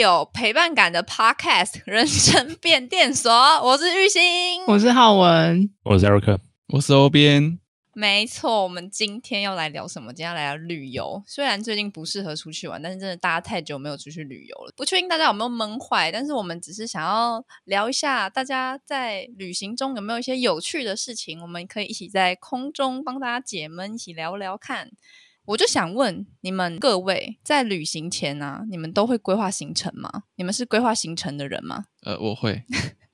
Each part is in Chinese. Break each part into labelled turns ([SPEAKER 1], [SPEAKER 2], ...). [SPEAKER 1] 有陪伴感的 Podcast《人生变电所》，我是玉兴。
[SPEAKER 2] 我是浩文，
[SPEAKER 3] 我是 Eric，
[SPEAKER 4] 我是欧边，
[SPEAKER 1] 没错，我们今天要来聊什么？今天要来聊旅游。虽然最近不适合出去玩，但是真的大家太久没有出去旅游了，不确定大家有没有闷坏。但是我们只是想要聊一下，大家在旅行中有没有一些有趣的事情，我们可以一起在空中帮大家解闷，一起聊聊看。我就想问你们各位，在旅行前啊，你们都会规划行程吗？你们是规划行程的人吗？
[SPEAKER 4] 呃，我会，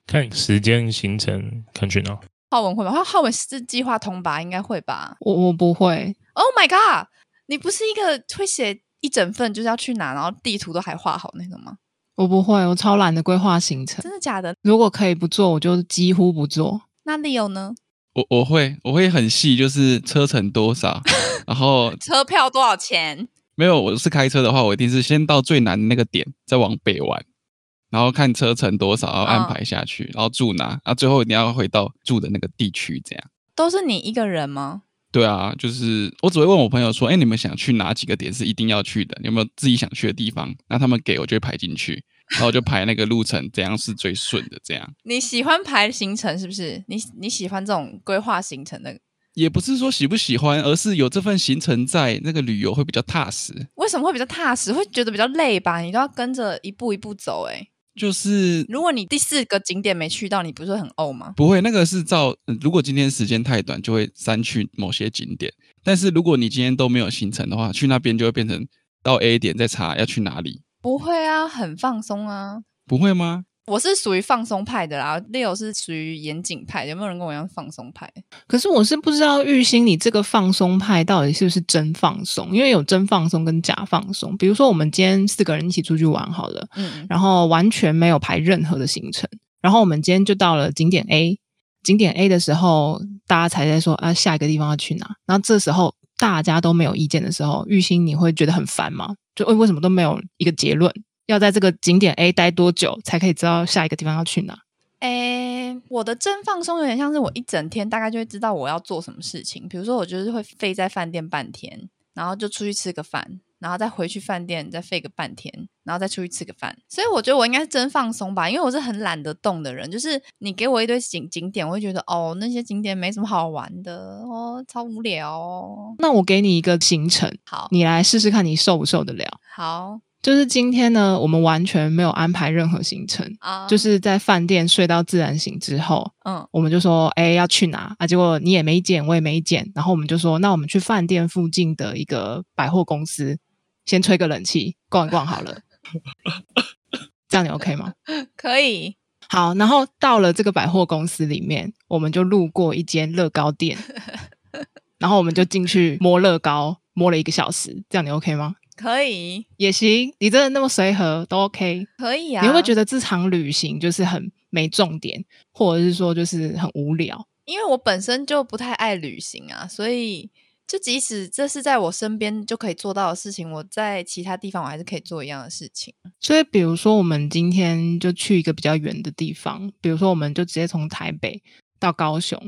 [SPEAKER 3] 看时间行程看去哪。
[SPEAKER 1] 浩文会吧？浩浩文是计划通吧？应该会吧？
[SPEAKER 2] 我我不会，
[SPEAKER 1] Oh my god！你不是一个会写一整份就是要去哪，然后地图都还画好那种吗？
[SPEAKER 2] 我不会，我超懒的规划行程。
[SPEAKER 1] 真的假的？
[SPEAKER 2] 如果可以不做，我就几乎不做。
[SPEAKER 1] 那 Leo 呢？
[SPEAKER 4] 我我会，我会很细，就是车程多少，然后
[SPEAKER 1] 车票多少钱？
[SPEAKER 4] 没有，我是开车的话，我一定是先到最南的那个点，再往北玩，然后看车程多少，然后安排下去，然后住哪，啊，最后你要回到住的那个地区，这样。
[SPEAKER 1] 都是你一个人吗？
[SPEAKER 4] 对啊，就是我只会问我朋友说，哎，你们想去哪几个点是一定要去的？你有没有自己想去的地方？那他们给我就会排进去，然后我就排那个路程，怎样是最顺的？这样
[SPEAKER 1] 你喜欢排行程是不是？你你喜欢这种规划行程的？
[SPEAKER 4] 也不是说喜不喜欢，而是有这份行程在，那个旅游会比较踏实。
[SPEAKER 1] 为什么会比较踏实？会觉得比较累吧？你都要跟着一步一步走、欸。诶，
[SPEAKER 4] 就是
[SPEAKER 1] 如果你第四个景点没去到，你不是会很怄吗？
[SPEAKER 4] 不会，那个是照、呃如果今天时间太短，就会删去某些景点。但是如果你今天都没有行程的话，去那边就会变成到 A 点再查要去哪里，
[SPEAKER 1] 不会啊，很放松啊。
[SPEAKER 4] 不会吗？
[SPEAKER 1] 我是属于放松派的啦，Leo 是属于严谨派的。有没有人跟我一样放松派？
[SPEAKER 2] 可是我是不知道玉兴你这个放松派到底是不是真放松，因为有真放松跟假放松。比如说我们今天四个人一起出去玩好了，
[SPEAKER 1] 嗯，
[SPEAKER 2] 然后完全没有排任何的行程，然后我们今天就到了景点 A。景点 A 的时候，大家才在说啊，下一个地方要去哪？然后这时候大家都没有意见的时候，玉兴你会觉得很烦吗？就、哎为什么都没有一个结论？要在这个景点 A 待多久才可以知道下一个地方要去哪？
[SPEAKER 1] 诶、我的真放松有点像是我一整天大概就会知道我要做什么事情。比如说，我就是会废在饭店半天，然后就出去吃个饭，然后再回去饭店再废个半天，然后再出去吃个饭。所以我觉得我应该是真放松吧，因为我是很懒得动的人。就是你给我一堆景景点，我会觉得哦，那些景点没什么好玩的哦，超无聊哦。
[SPEAKER 2] 那我给你一个行程，
[SPEAKER 1] 好，
[SPEAKER 2] 你来试试看你受不受得了。
[SPEAKER 1] 好
[SPEAKER 2] 就是今天呢，我们完全没有安排任何行程，
[SPEAKER 1] 啊，
[SPEAKER 2] 就是在饭店睡到自然醒之后，
[SPEAKER 1] 嗯，
[SPEAKER 2] 我们就说，哎，要去哪啊？结果你也没意见，我也没意见，然后我们就说，那我们去饭店附近的一个百货公司，先吹个冷气，逛一逛好了。这样你 OK 吗？
[SPEAKER 1] 可以。
[SPEAKER 2] 好，然后到了这个百货公司里面，我们就路过一间乐高店，然后我们就进去摸乐高，摸了一个小时，这样你 OK 吗？
[SPEAKER 1] 可以，
[SPEAKER 2] 也行，你真的那么随和都 OK。
[SPEAKER 1] 可以啊。
[SPEAKER 2] 你会不会觉
[SPEAKER 1] 得？
[SPEAKER 2] 得这场旅行就是很没重点，或者是说就是很无聊？
[SPEAKER 1] 因为我本身就不太爱旅行啊，所以就即使这是在我身边就可以做到的事情，我在其他地方我还是可以做一样的事情。
[SPEAKER 2] 所以，比如说我们今天就去一个比较远的地方，比如说我们就直接从台北到高雄，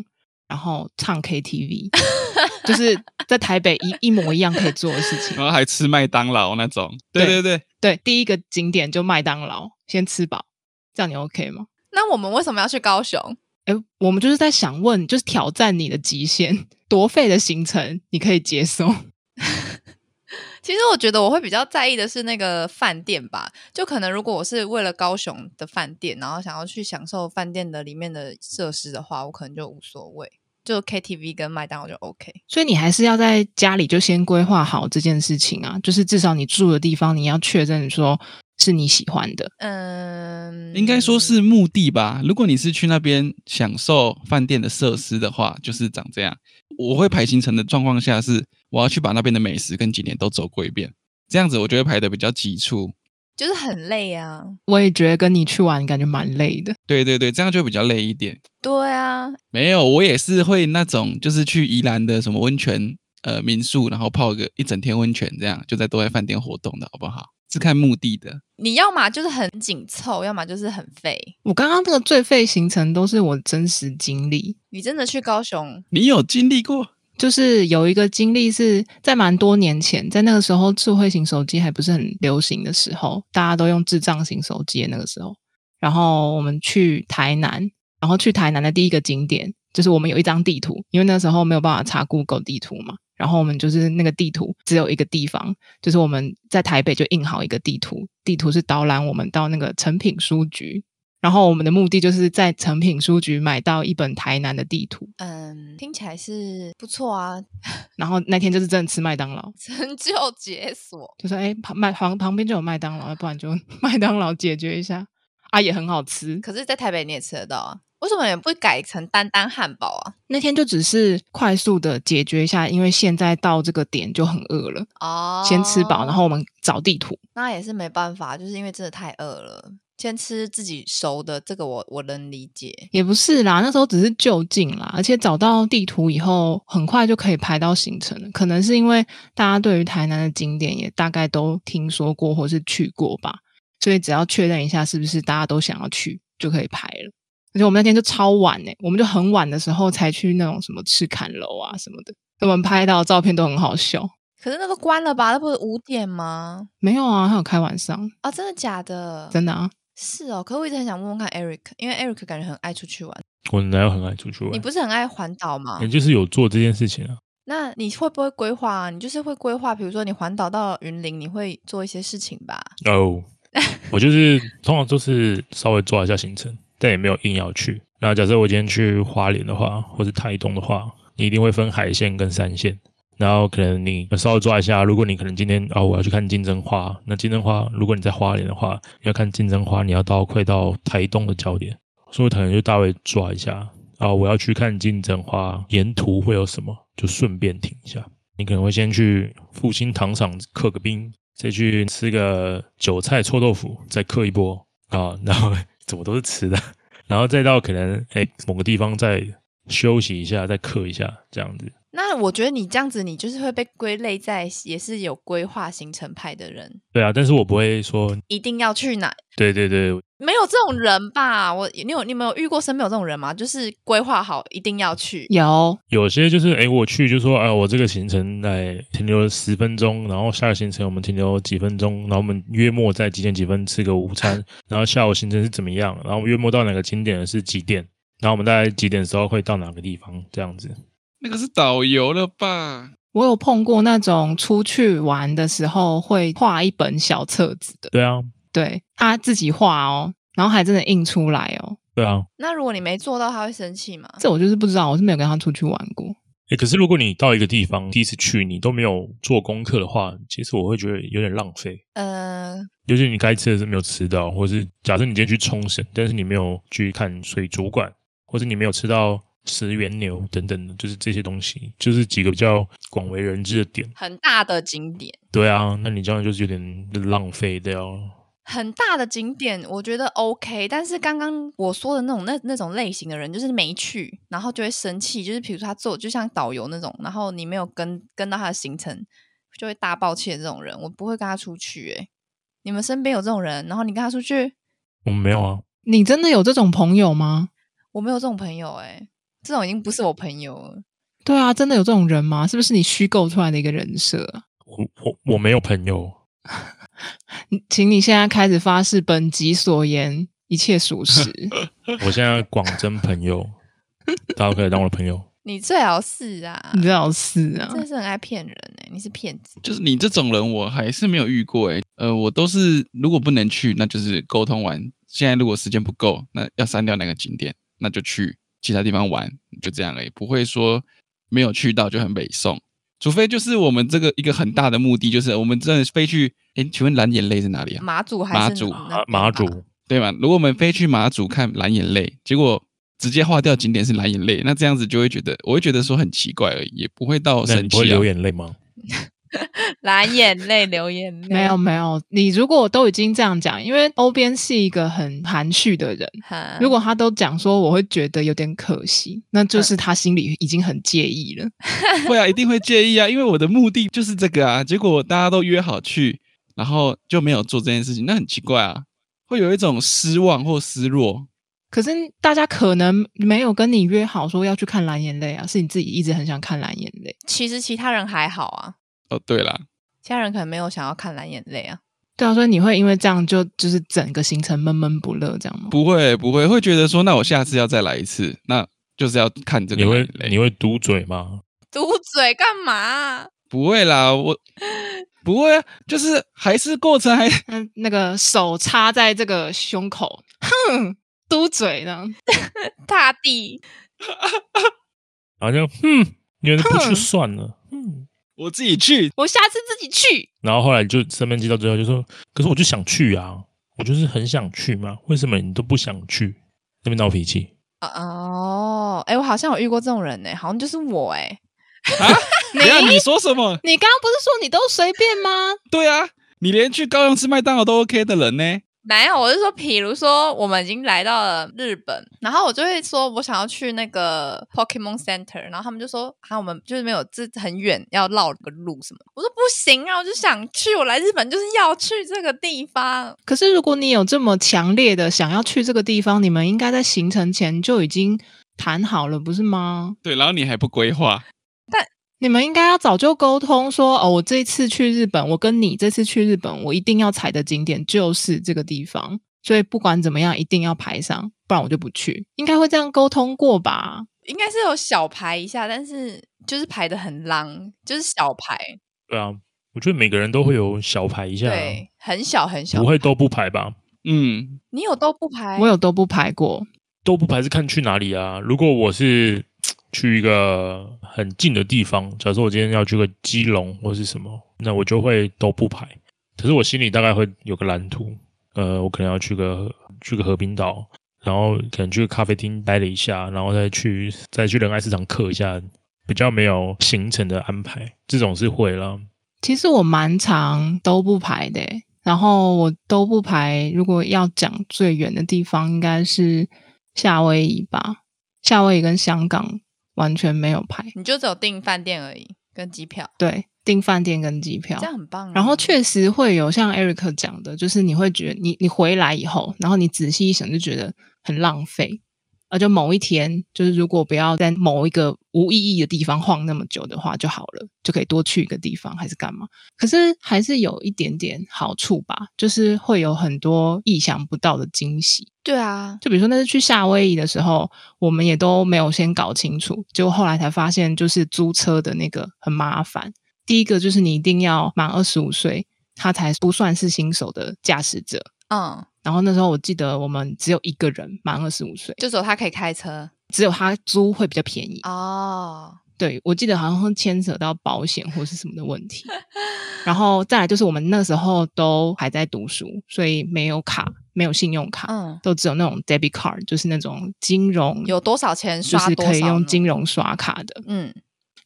[SPEAKER 2] 然后唱 KTV，就是在台北一一模一样可以做的事情
[SPEAKER 4] 然。后还吃麦当劳那种。对
[SPEAKER 2] 对
[SPEAKER 4] 对对，
[SPEAKER 2] 对，第一个景点就麦当劳，先吃饱，这样你 OK 吗？
[SPEAKER 1] 那我们为什么要去高雄？
[SPEAKER 2] 哎，我们就是在想问，就是挑战你的极限，多费的行程你可以接受。
[SPEAKER 1] 其实我觉得我会比较在意的是那个饭店吧，就可能如果我是为了高雄的饭店，然后想要去享受饭店的里面的设施的话，我可能就无所谓，就 KTV 跟麦当劳就 OK。
[SPEAKER 2] 所以你还是要在家里就先规划好这件事情啊，就是至少你住的地方你要确认说是你喜欢的。
[SPEAKER 1] 嗯，
[SPEAKER 4] 应该说是目的吧。如果你是去那边享受饭店的设施的话，就是长这样。我会排行程的状况下是，我要去把那边的美食跟景点都走过一遍，这样子我就会排的比较急促。
[SPEAKER 1] 就是很累啊。
[SPEAKER 2] 我也觉得跟你去玩感觉蛮累的，
[SPEAKER 4] 对对对，这样就比较累一点。
[SPEAKER 1] 对啊，
[SPEAKER 4] 没有，我也是会那种，就是去宜兰的什么温泉呃民宿，然后泡个一整天温泉，这样就在都在饭店活动的好不好？是看目的的。
[SPEAKER 1] 你要么就是很紧凑，要么就是很废。
[SPEAKER 2] 我刚刚这个最费行程都是我真实经历，
[SPEAKER 1] 你真的去高雄，
[SPEAKER 4] 你有经历过？
[SPEAKER 2] 就是有一个经历是在蛮多年前，在那个时候智慧型手机还不是很流行的时候，大家都用智障型手机的那个时候，然后我们去台南，然后去台南的第一个景点就是我们有一张地图，因为那时候没有办法查 Google 地图嘛，然后我们就是那个地图只有一个地方，就是我们在台北就印好一个地图，地图是导览我们到那个诚品书局。然后我们的目的就是在诚品书局买到一本台南的地图，
[SPEAKER 1] 嗯，听起来是不错啊，
[SPEAKER 2] 然后那天就是真的吃麦当劳，
[SPEAKER 1] 成就解锁。
[SPEAKER 2] 就说哎旁麦旁旁边就有麦当劳，不然就 麦当劳解决一下啊，也很好吃。
[SPEAKER 1] 可是，在台北你也吃得到啊，为什么你不改成单单汉堡啊？
[SPEAKER 2] 那天就只是快速的解决一下，因为现在到这个点就很饿了，
[SPEAKER 1] 哦，
[SPEAKER 2] 先吃饱，然后我们找地图。
[SPEAKER 1] 那也是没办法，就是因为真的太饿了，先吃自己熟的，这个我我能理解。
[SPEAKER 2] 也不是啦，那时候只是就近啦，而且找到地图以后，很快就可以排到行程了。可能是因为大家对于台南的景点也大概都听说过或是去过吧，所以只要确认一下是不是大家都想要去，就可以排了。而且我们那天就超晚呢、我们就很晚的时候才去那种什么赤坎楼啊什么的，我们拍到的照片都很好笑。
[SPEAKER 1] 可是那都关了吧？那不是五点吗？
[SPEAKER 2] 没有啊，还有开晚上，
[SPEAKER 1] 啊，真的假的？
[SPEAKER 2] 真的啊，
[SPEAKER 1] 是哦。可是我一直很想问问看 Eric，因为 Eric 感觉很爱出去玩。
[SPEAKER 3] 我哪有很爱出去玩？
[SPEAKER 1] 你不是很爱环岛吗
[SPEAKER 3] 也？就是有做这件事情啊。
[SPEAKER 1] 那你会不会规划啊？你就是会规划，比如说你环岛到云林，你会做一些事情吧？
[SPEAKER 3] 哦，我就是通常都是稍微抓一下行程，但也没有硬要去。那假设我今天去花莲的话，或是台东的话，你一定会分海线跟山线。然后可能你稍微抓一下，如果你可能今天哦我要去看金针花，那金针花如果你在花莲的话，你要看金针花，你要到快到台东的焦点，所以我可能就大概抓一下啊、我要去看金针花，沿途会有什么，就顺便停一下。你可能会先去复兴糖厂刻个冰，再去吃个韭菜臭豆腐，再刻一波啊，然后 怎么都是吃的，然后再到可能哎、某个地方再休息一下，再刻一下这样子。
[SPEAKER 1] 那我觉得你这样子，你就是会被归类在也是有规划行程派的人，
[SPEAKER 3] 对啊，但是我不会说，
[SPEAKER 1] 一定要去哪？
[SPEAKER 3] 对对对，
[SPEAKER 1] 没有这种人吧？我你有你有没有遇过身边有这种人吗？就是规划好一定要去，
[SPEAKER 2] 有
[SPEAKER 3] 有些就是哎、诶我去就说哎、我这个行程来停留了十分钟，然后下个行程我们停留几分钟，然后我们约莫在几点几分吃个午餐，然后下午行程是怎么样，然后约莫到哪个景点是几点，然后我们大概几点的时候会到哪个地方这样子。
[SPEAKER 4] 那个是导游了吧？
[SPEAKER 2] 我有碰过那种出去玩的时候会画一本小册子的，
[SPEAKER 3] 对啊，
[SPEAKER 2] 对他自己画哦，然后还真的印出来哦。
[SPEAKER 3] 对啊。
[SPEAKER 1] 那如果你没做到，他会生气吗？
[SPEAKER 2] 这我就是不知道，我是没有跟他出去玩过。
[SPEAKER 3] 哎、可是如果你到一个地方第一次去，你都没有做功课的话，其实我会觉得有点浪费。
[SPEAKER 1] 呃，
[SPEAKER 3] 尤其你该吃的是没有吃到，或是假设你今天去冲绳，但是你没有去看水族馆，或是你没有吃到石原牛等等的，就是这些东西，就是几个比较广为人知的点。
[SPEAKER 1] 很大的景点，
[SPEAKER 3] 对啊，那你这样就是有点浪费掉。
[SPEAKER 1] 很大的景点，我觉得 OK。但是刚刚我说的那种那那种类型的人，就是没去，然后就会生气。就是比如说他做，就像导游那种，然后你没有跟跟到他的行程，就会大爆气的这种人，我不会跟他出去、欸。你们身边有这种人，然后你跟他出去，
[SPEAKER 3] 我们没有啊，
[SPEAKER 2] 你真的有这种朋友吗？
[SPEAKER 1] 我没有这种朋友、欸，哎，这种已经不是我朋友了。
[SPEAKER 2] 对啊，真的有这种人吗？是不是你虚构出来的一个人设啊？
[SPEAKER 3] 我我我没有朋友。
[SPEAKER 2] 你嗯请你现在开始发誓，本集所言一切属实。
[SPEAKER 3] 我现在广征朋友，大家可以当我的朋友。
[SPEAKER 1] 你最好是啊，
[SPEAKER 2] 你知道是啊？
[SPEAKER 1] 真的是很爱骗人哎、你是骗子。
[SPEAKER 4] 就是你这种人，我还是没有遇过诶、呃，我都是如果不能去，那就是沟通完。现在如果时间不够，那要删掉哪个景点，那就去其他地方玩，就这样而已，不会说没有去到就很北宋。除非就是我们这个一个很大的目的，就是呃我们真的飞去，诶，请问蓝眼泪是哪里啊？
[SPEAKER 1] 马祖还是
[SPEAKER 4] 马祖
[SPEAKER 1] 哪
[SPEAKER 3] 马啊马祖，
[SPEAKER 4] 对吧？如果我们飞去马祖看蓝眼泪，结果直接划掉景点是蓝眼泪，那这样子就会觉得，我会觉得说很奇怪而已，也不会到
[SPEAKER 3] 那你
[SPEAKER 4] 生
[SPEAKER 3] 不会
[SPEAKER 4] 气、啊
[SPEAKER 3] 流。眼泪吗？
[SPEAKER 1] 蓝眼泪流眼泪，
[SPEAKER 2] 没有没有，你如果都已经这样讲，因为欧边是一个很含蓄的人，
[SPEAKER 1] 哈。
[SPEAKER 2] 如果他都讲说我会觉得有点可惜，那
[SPEAKER 1] 嗯
[SPEAKER 2] 就是他心里已经很介意了。
[SPEAKER 4] 会啊，一定会介意啊，因为我的目的就是这个啊。结果大家都约好去，然后就没有做这件事情，那很奇怪啊，会有一种失望或失落。
[SPEAKER 2] 可是大家可能没有跟你约好说要去看蓝眼泪啊，是你自己一直很想看蓝眼泪。
[SPEAKER 1] 其实其他人还好啊，
[SPEAKER 4] 哦，对啦，
[SPEAKER 1] 其他人可能没有想要看蓝眼泪啊。
[SPEAKER 2] 对啊，所以你会因为这样就就是整个行程闷闷不乐这样吗？
[SPEAKER 4] 不会不会，会觉得说，那我下次要再来一次，那就是要看这个
[SPEAKER 3] 你
[SPEAKER 4] 男
[SPEAKER 3] 会
[SPEAKER 4] 人嘞。
[SPEAKER 3] 你会嘟嘴吗？
[SPEAKER 1] 嘟嘴干嘛啊？
[SPEAKER 4] 不会啦，我不会啊，就是还是过程还
[SPEAKER 2] 那那个手插在这个胸口，哼，嘟嘴呢？
[SPEAKER 1] 大地
[SPEAKER 3] 然后就嗯，你们不去算了，嗯。
[SPEAKER 4] 我自己去，
[SPEAKER 2] 我下次自己去。
[SPEAKER 3] 然后后来就生闷气到最后就说，可是我就想去啊，我就是很想去嘛，为什么你都不想去？那边闹脾气，
[SPEAKER 1] 哦，哎、我好像有遇过这种人呢、好像就是我哎、
[SPEAKER 4] 等一下你说什么？
[SPEAKER 2] 你刚刚不是说你都随便吗？
[SPEAKER 4] 对啊，你连去高雄吃麦当劳都 OK 的人呢？
[SPEAKER 1] 没有，我是说，比如说我们已经来到了日本，然后我就会说我想要去那个 Pokemon Center，然后他们就说啊，我们就是没有这很远，要绕个路什么。我说不行啊，我就想去，我来日本就是要去这个地方。
[SPEAKER 2] 可是如果你有这么强烈的想要去这个地方，你们应该在行程前就已经谈好了，不是吗？
[SPEAKER 4] 对，然后你还不规划，
[SPEAKER 2] 你们应该要早就沟通说，哦，我这一次去日本，我跟你这次去日本，我一定要踩的景点就是这个地方，所以不管怎么样，一定要排上，不然我就不去。应该会这样沟通过吧？
[SPEAKER 1] 应该是有小排一下，但是就是排的很浪，就是小排，
[SPEAKER 3] 对啊，我觉得每个人都会有小排一下啊，
[SPEAKER 1] 对，很小很小。
[SPEAKER 3] 不会都不排吧？
[SPEAKER 4] 嗯，
[SPEAKER 1] 你有都不排？
[SPEAKER 2] 我有都不排过，
[SPEAKER 3] 都不排是看去哪里啊？如果我是去一个很近的地方，假如说我今天要去个基隆或是什么，那我就会都不排。可是我心里大概会有个蓝图，呃，我可能要去个去个和平岛，然后可能去个咖啡厅待了一下，然后再去再去仁爱市场刻一下，比较没有行程的安排，这种是会啦。
[SPEAKER 2] 其实我蛮常都不排的欸，然后我都不排。如果要讲最远的地方，应该是夏威夷吧。夏威夷跟香港完全没有排，
[SPEAKER 1] 你就只有订饭店而已，跟机票，
[SPEAKER 2] 对，订饭店跟机票
[SPEAKER 1] 这。样很棒、啊。
[SPEAKER 2] 然后确实会有像 Eric 讲的，就是你会觉得你你回来以后，然后你仔细一想就觉得很浪费。啊，就某一天，就是如果不要在某一个无意义的地方晃那么久的话就好了，就可以多去一个地方还是干嘛。可是还是有一点点好处吧，就是会有很多意想不到的惊喜。
[SPEAKER 1] 对啊，
[SPEAKER 2] 就比如说那次去夏威夷的时候，我们也都没有先搞清楚，结果后来才发现，就是租车的那个很麻烦。第一个就是你一定要满二十五岁，他才不算是新手的驾驶者。
[SPEAKER 1] 嗯，
[SPEAKER 2] 然后那时候我记得我们只有一个人满二十五岁，
[SPEAKER 1] 就只有他可以开车
[SPEAKER 2] 只有他租会比较便宜。
[SPEAKER 1] 哦。
[SPEAKER 2] 对我记得好像会牵扯到保险或是什么的问 题。然后再来就是我们那时候都还在读书，所以没有卡，没有信用卡。
[SPEAKER 1] 嗯，
[SPEAKER 2] 都只有那种 debit card，就是那种金融
[SPEAKER 1] 有多少钱
[SPEAKER 2] 就
[SPEAKER 1] 刷
[SPEAKER 2] 是
[SPEAKER 1] 多少，
[SPEAKER 2] 可以用金。融刷卡的，
[SPEAKER 1] 嗯，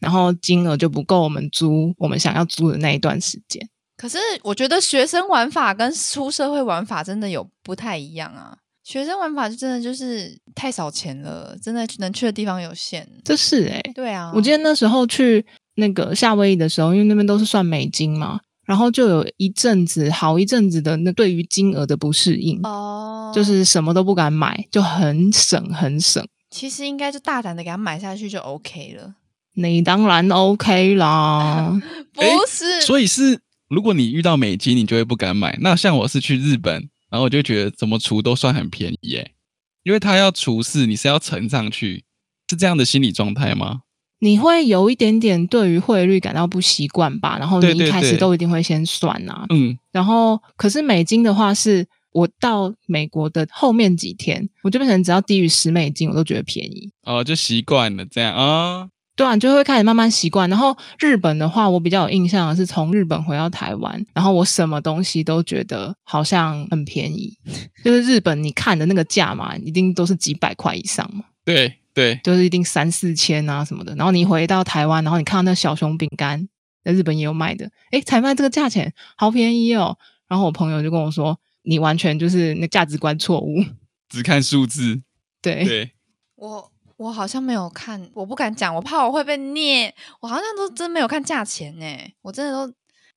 [SPEAKER 2] 然后金额就不够我们租我们想要租的那一段时间。
[SPEAKER 1] 可是我觉得学生玩法跟出社会玩法真的有不太一样啊。学生玩法就真的就是太少钱了，真的能去的地方有限。
[SPEAKER 2] 这是诶、
[SPEAKER 1] 对啊，
[SPEAKER 2] 我记得那时候去那个夏威夷的时候，因为那边都是算美金嘛，然后就有一阵子好一阵子的那对于金额的不适应，
[SPEAKER 1] 哦，
[SPEAKER 2] 就是什么都不敢买，就很省很省。
[SPEAKER 1] 其实应该就大胆的给他买下去就 OK 了，
[SPEAKER 2] 你当然 OK 啦，
[SPEAKER 1] 不
[SPEAKER 4] 诶
[SPEAKER 1] 是？
[SPEAKER 4] 所以是如果你遇到美金，你就会不敢买。那像我是去日本，然后我就觉得怎么除都算很便宜耶、因为它要除四，你是要乘上去，是这样的心理状态吗？
[SPEAKER 2] 你会有一点点对于汇率感到不习惯吧？然后你
[SPEAKER 4] 对对
[SPEAKER 2] 一开始
[SPEAKER 4] 对
[SPEAKER 2] 都一定会先算啊，
[SPEAKER 4] 嗯，
[SPEAKER 2] 然后可是美金的话是。我到美国的后面几天，我就变成只要低于十美金，我都觉得便宜。
[SPEAKER 4] 哦，就习惯了这样啊、
[SPEAKER 2] 对啊，你就会开始慢慢习惯。然后日本的话，我比较有印象的是从日本回到台湾，然后我什么东西都觉得好像很便宜， 就是日本你看的那个价嘛，一定都是几百块以上嘛，
[SPEAKER 4] 对对，
[SPEAKER 2] 就是一定三四千啊什么的。然后你回到台湾，然后你看到那小熊饼干，在日本也有卖的，诶，才卖这个价钱，好便宜哦。然后我朋友就跟我说，你完全就是那价值观错误，
[SPEAKER 4] 只看数字，
[SPEAKER 2] 对，
[SPEAKER 4] 对，
[SPEAKER 1] 我我好像没有看，我不敢讲，我怕我会被念。我好像都真没有看价钱呢，我真的都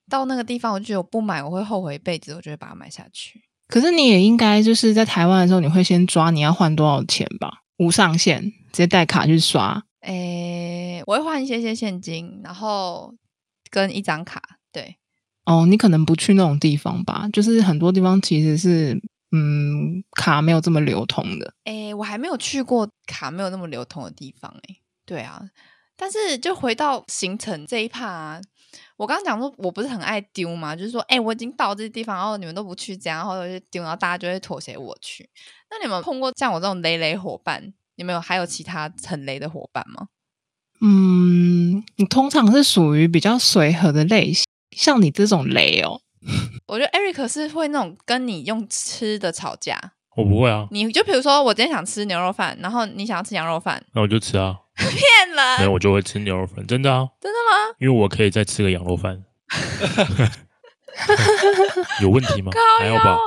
[SPEAKER 1] 到那个地方，我就觉得我不买我会后悔一辈子，我就会把它买下去。
[SPEAKER 2] 可是你也应该就是在台湾的时候，你会先抓你要换多少钱吧，无上限，直接带卡去刷。
[SPEAKER 1] 诶，我会换一些些现金，然后跟一张卡。对，
[SPEAKER 2] 哦，你可能不去那种地方吧，就是很多地方其实是嗯卡没有这么流通的。
[SPEAKER 1] 诶，我还没有去过卡没有那么流通的地方、诶，对啊，但是就回到行程这一趴、啊，我刚刚讲说我不是很爱丢嘛，就是说，诶，我已经到这些地方，然后你们都不去，这样，然后我就丢，然后大家就会妥协我去。那你们碰过像我这种雷雷伙伴，你们有还有其他很雷的伙伴吗？
[SPEAKER 2] 嗯，你通常是属于比较随和的类型，像你这种雷哦，
[SPEAKER 1] 我觉得 Eric 是会那种跟你用吃的吵架。
[SPEAKER 3] 我不会啊，
[SPEAKER 1] 你就比如说，我今天想吃牛肉饭，然后你想要吃羊肉饭，
[SPEAKER 3] 那我就吃啊，
[SPEAKER 1] 骗
[SPEAKER 3] 没有
[SPEAKER 1] 人，
[SPEAKER 3] 我就会吃牛肉粉，真的啊，
[SPEAKER 1] 真的吗？
[SPEAKER 3] 因为我可以再吃个羊肉饭。 有问题 吗？
[SPEAKER 1] 靠
[SPEAKER 3] 还好吧，
[SPEAKER 1] 腰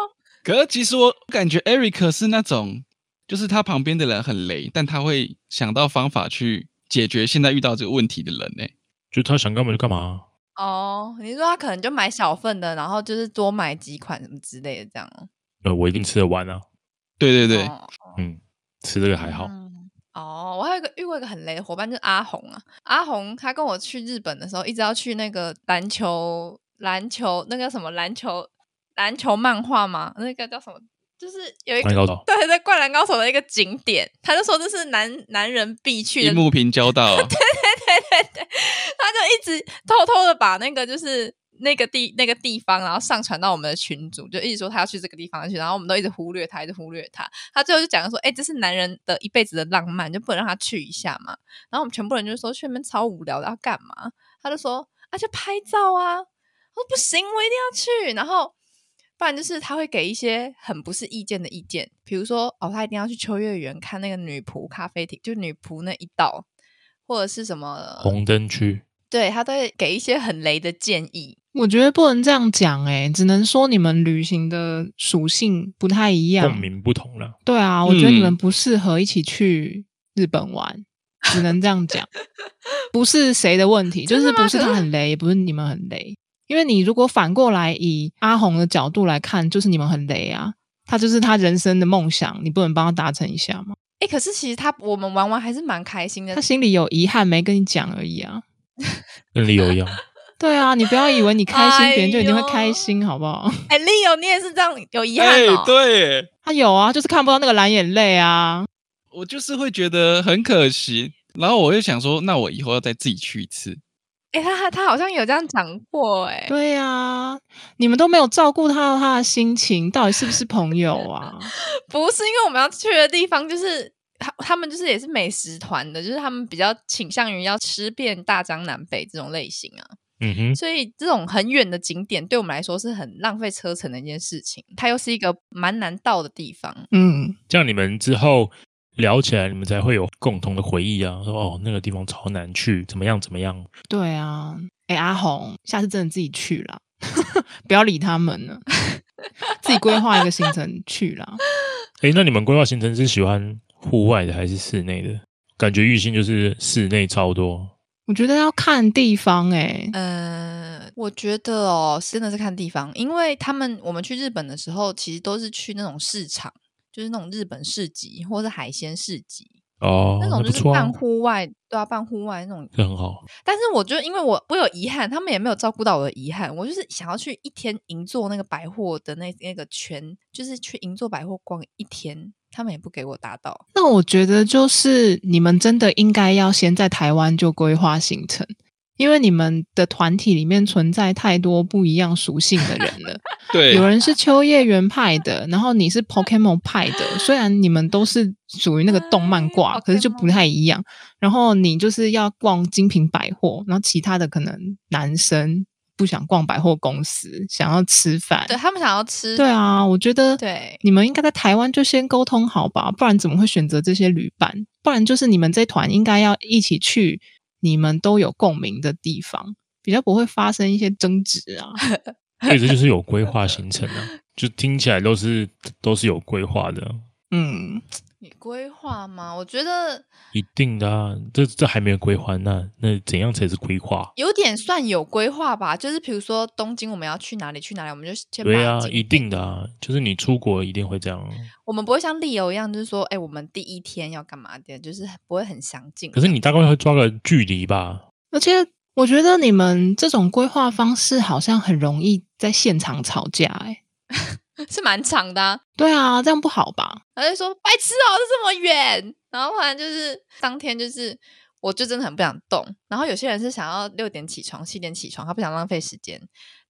[SPEAKER 4] 可是其实我感觉 Eric 是那种，就是他旁边的人很雷，但他会想到方法去解决现在遇到这个问题的人呢、
[SPEAKER 3] 就他想干嘛就干啊嘛，
[SPEAKER 1] 哦，你说他可能就买小份的，然后就是多买几款什么之类的，这样哦。
[SPEAKER 3] 呃，我一定吃得完啊。
[SPEAKER 4] 对对对，
[SPEAKER 1] 哦
[SPEAKER 3] 嗯，吃这个还好，
[SPEAKER 1] 嗯哦，我还有一个遇过一个很雷的伙伴，就是阿红啊。阿红他跟我去日本的时候，一直要去那个篮球篮球那个什么篮球篮球漫画嘛，那个叫什么？就是有一个
[SPEAKER 3] 蛮高手。
[SPEAKER 1] 对，在《灌篮高手》的一个景点，他就说这是男男人必去
[SPEAKER 4] 一
[SPEAKER 1] 的
[SPEAKER 4] 幕平交道、
[SPEAKER 1] 对对对，他就一直偷偷的把那个就是那个地那个地方，然后上传到我们的群组，就一直说他要去这个地方去，然后我们都一直忽略他，一直忽略他。他最后就讲说，哎、这是男人的一辈子的浪漫，就不能让他去一下嘛。然后我们全部人就说去那边超无聊的，要干嘛？他就说啊，就拍照啊。我说不行，我一定要去。然后不然就是他会给一些很不是意见的意见，比如说哦，他一定要去秋叶原看那个女仆咖啡厅，就女仆那一道。或者是什么
[SPEAKER 3] 红灯区，
[SPEAKER 1] 对他都会给一些很雷的建议。
[SPEAKER 2] 我觉得不能这样讲诶、只能说你们旅行的属性不太一样
[SPEAKER 3] 共。鸣不同了。
[SPEAKER 2] 对啊，我觉得
[SPEAKER 4] 嗯
[SPEAKER 2] 你们不适合一起去日本玩，
[SPEAKER 3] 嗯
[SPEAKER 2] 只能这样 讲，不是谁的问题，就
[SPEAKER 1] 真的
[SPEAKER 2] 是
[SPEAKER 1] 吗
[SPEAKER 2] 不是
[SPEAKER 1] 可
[SPEAKER 2] 他
[SPEAKER 1] 是
[SPEAKER 2] 很雷，也不是你们很雷，因为你如果反过来以阿红的角度来看，就是你们很雷啊，他就是他人生的梦想，你不能帮他达成一下吗？
[SPEAKER 1] 哎，可是其实他我们玩完还是蛮开心的
[SPEAKER 2] 他。心里有遗憾没跟你讲而已啊。
[SPEAKER 3] 跟理 由一样，
[SPEAKER 2] 对啊，你不要以为你开心，别人就一定会
[SPEAKER 1] 哎
[SPEAKER 2] 开
[SPEAKER 1] 呦
[SPEAKER 2] 心，好不好？
[SPEAKER 1] 哎，Leo，你也是这样有遗憾
[SPEAKER 4] 哎、
[SPEAKER 1] 哦。
[SPEAKER 4] 对，
[SPEAKER 2] 他有啊，就是看不到那个蓝眼泪啊。
[SPEAKER 4] 我就是会觉得很可惜，然后我就想说，那我以后要再自己去一次。
[SPEAKER 1] 哎，他他好像有这样讲过，哎，
[SPEAKER 2] 对啊，你们都没有照顾他他的心情，到底是不是朋友啊？
[SPEAKER 1] 不是因为我们要去的地方就是。他他们就是也是美食团的，就是他们比较倾向于要吃遍大江南北这种类型啊，
[SPEAKER 3] 嗯哼，
[SPEAKER 1] 所以这种很远的景点对我们来说是很浪费车程的一件事情。它又是一个蛮难到的地方，
[SPEAKER 2] 嗯，
[SPEAKER 3] 这样你们之后聊起来，你们才会有共同的回忆啊。说哦，那个地方超难去，怎么样怎么样，
[SPEAKER 2] 对啊。哎、阿红，下次真的自己去啦， 不要理他们了， 自己规划一个行程去啦。
[SPEAKER 3] 诶，那你们规划行程是喜欢户外的还是室内的？感觉玉兴就是室内超多，
[SPEAKER 2] 我觉得要看地方哎、
[SPEAKER 1] 呃，我觉得哦，真的是看地方，因为他们我们去日本的时候，其实都是去那种市场，就是那种日本市集或是海鲜市集，
[SPEAKER 3] 哦，
[SPEAKER 1] 那种
[SPEAKER 3] 不
[SPEAKER 1] 就是
[SPEAKER 3] 错、啊
[SPEAKER 1] 半，户外，对啊，半户外那种。
[SPEAKER 3] 这很好。
[SPEAKER 1] 但是我就因为我我有遗憾，他们也没有照顾到我的遗憾，我就是想要去一天银座那个百货的那那个圈，就是去银座百货逛一天，他们也不给我达到。
[SPEAKER 2] 那我觉得就是你们真的应该要先在台湾就规划行程，因为你们的团体里面存在太多不一样属性的人了。
[SPEAKER 4] 对，
[SPEAKER 2] 有人是秋叶原派的，然后你是 Pokemon 派的，虽然你们都是属于那个动漫挂，
[SPEAKER 1] 哎
[SPEAKER 2] 可是就
[SPEAKER 1] Pokemon
[SPEAKER 2] 不太一样。然后你就是要逛精品百货，然后其他的可能男生不想逛百货公司，想要吃饭。
[SPEAKER 1] 对他们想要吃，
[SPEAKER 2] 对啊，我觉得
[SPEAKER 1] 对
[SPEAKER 2] 你们应该在台湾就先沟通好吧，不然怎么会选择这些旅伴？不然就是你们这团应该要一起去你们都有共鸣的地方，比较不会发生一些争执啊。
[SPEAKER 3] 所以这就是 有规划行程啊，就听起来都是都是有规划的。
[SPEAKER 2] 嗯，
[SPEAKER 1] 你规划吗？我觉得
[SPEAKER 3] 一定的、啊，这这还没有规划，那那怎样才是规划？
[SPEAKER 1] 有点算有规划吧，就是比如说东京我们要去哪里去哪里，我们就先把
[SPEAKER 3] 对啊，
[SPEAKER 1] 景
[SPEAKER 3] 一定的啊，就是你出国一定会这样。啊
[SPEAKER 1] 我们不会像理由一样，就是说，哎、我们第一天要干嘛的，就是不会很详尽。
[SPEAKER 3] 可是你大概会抓个距离吧？
[SPEAKER 2] 而且我觉得你们这种规划方式好像很容易在现场吵架、欸，哎，
[SPEAKER 1] 是蛮长的、啊，
[SPEAKER 2] 对啊，这样不好吧？
[SPEAKER 1] 然后就说白痴哦、这这么远。然后后来就是当天就是，我就真的很不想动。然后有些人是想要六点起床、七点起床，他不想浪费时间，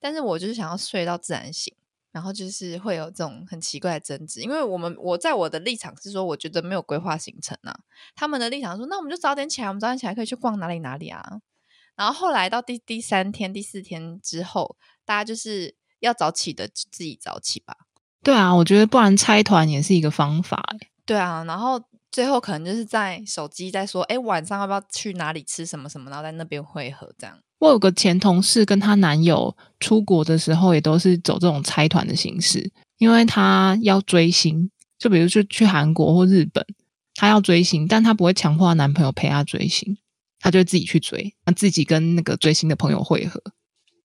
[SPEAKER 1] 但是我就是想要睡到自然醒。然后就是会有这种很奇怪的争执，因为我们我在我的立场是说，我觉得没有规划行程啊。他们的立场说，那我们就早点起来，我们早点起来可以去逛哪里哪里啊。然后后来到第第三天、第四天之后，大家就是要早起的就自己早起吧。
[SPEAKER 2] 对啊，我觉得不然拆团也是一个方法、欸。
[SPEAKER 1] 对啊，然后最后可能就是在手机在说，哎，晚上要不要去哪里吃什么什么，然后在那边汇合这样。
[SPEAKER 2] 我有个前同事跟她男友出国的时候，也都是走这种拆团的形式，因为她要追星，就比如去去韩国或日本，她要追星，但她不会强迫男朋友陪她追星，她就会自己去追，她自己跟那个追星的朋友会合。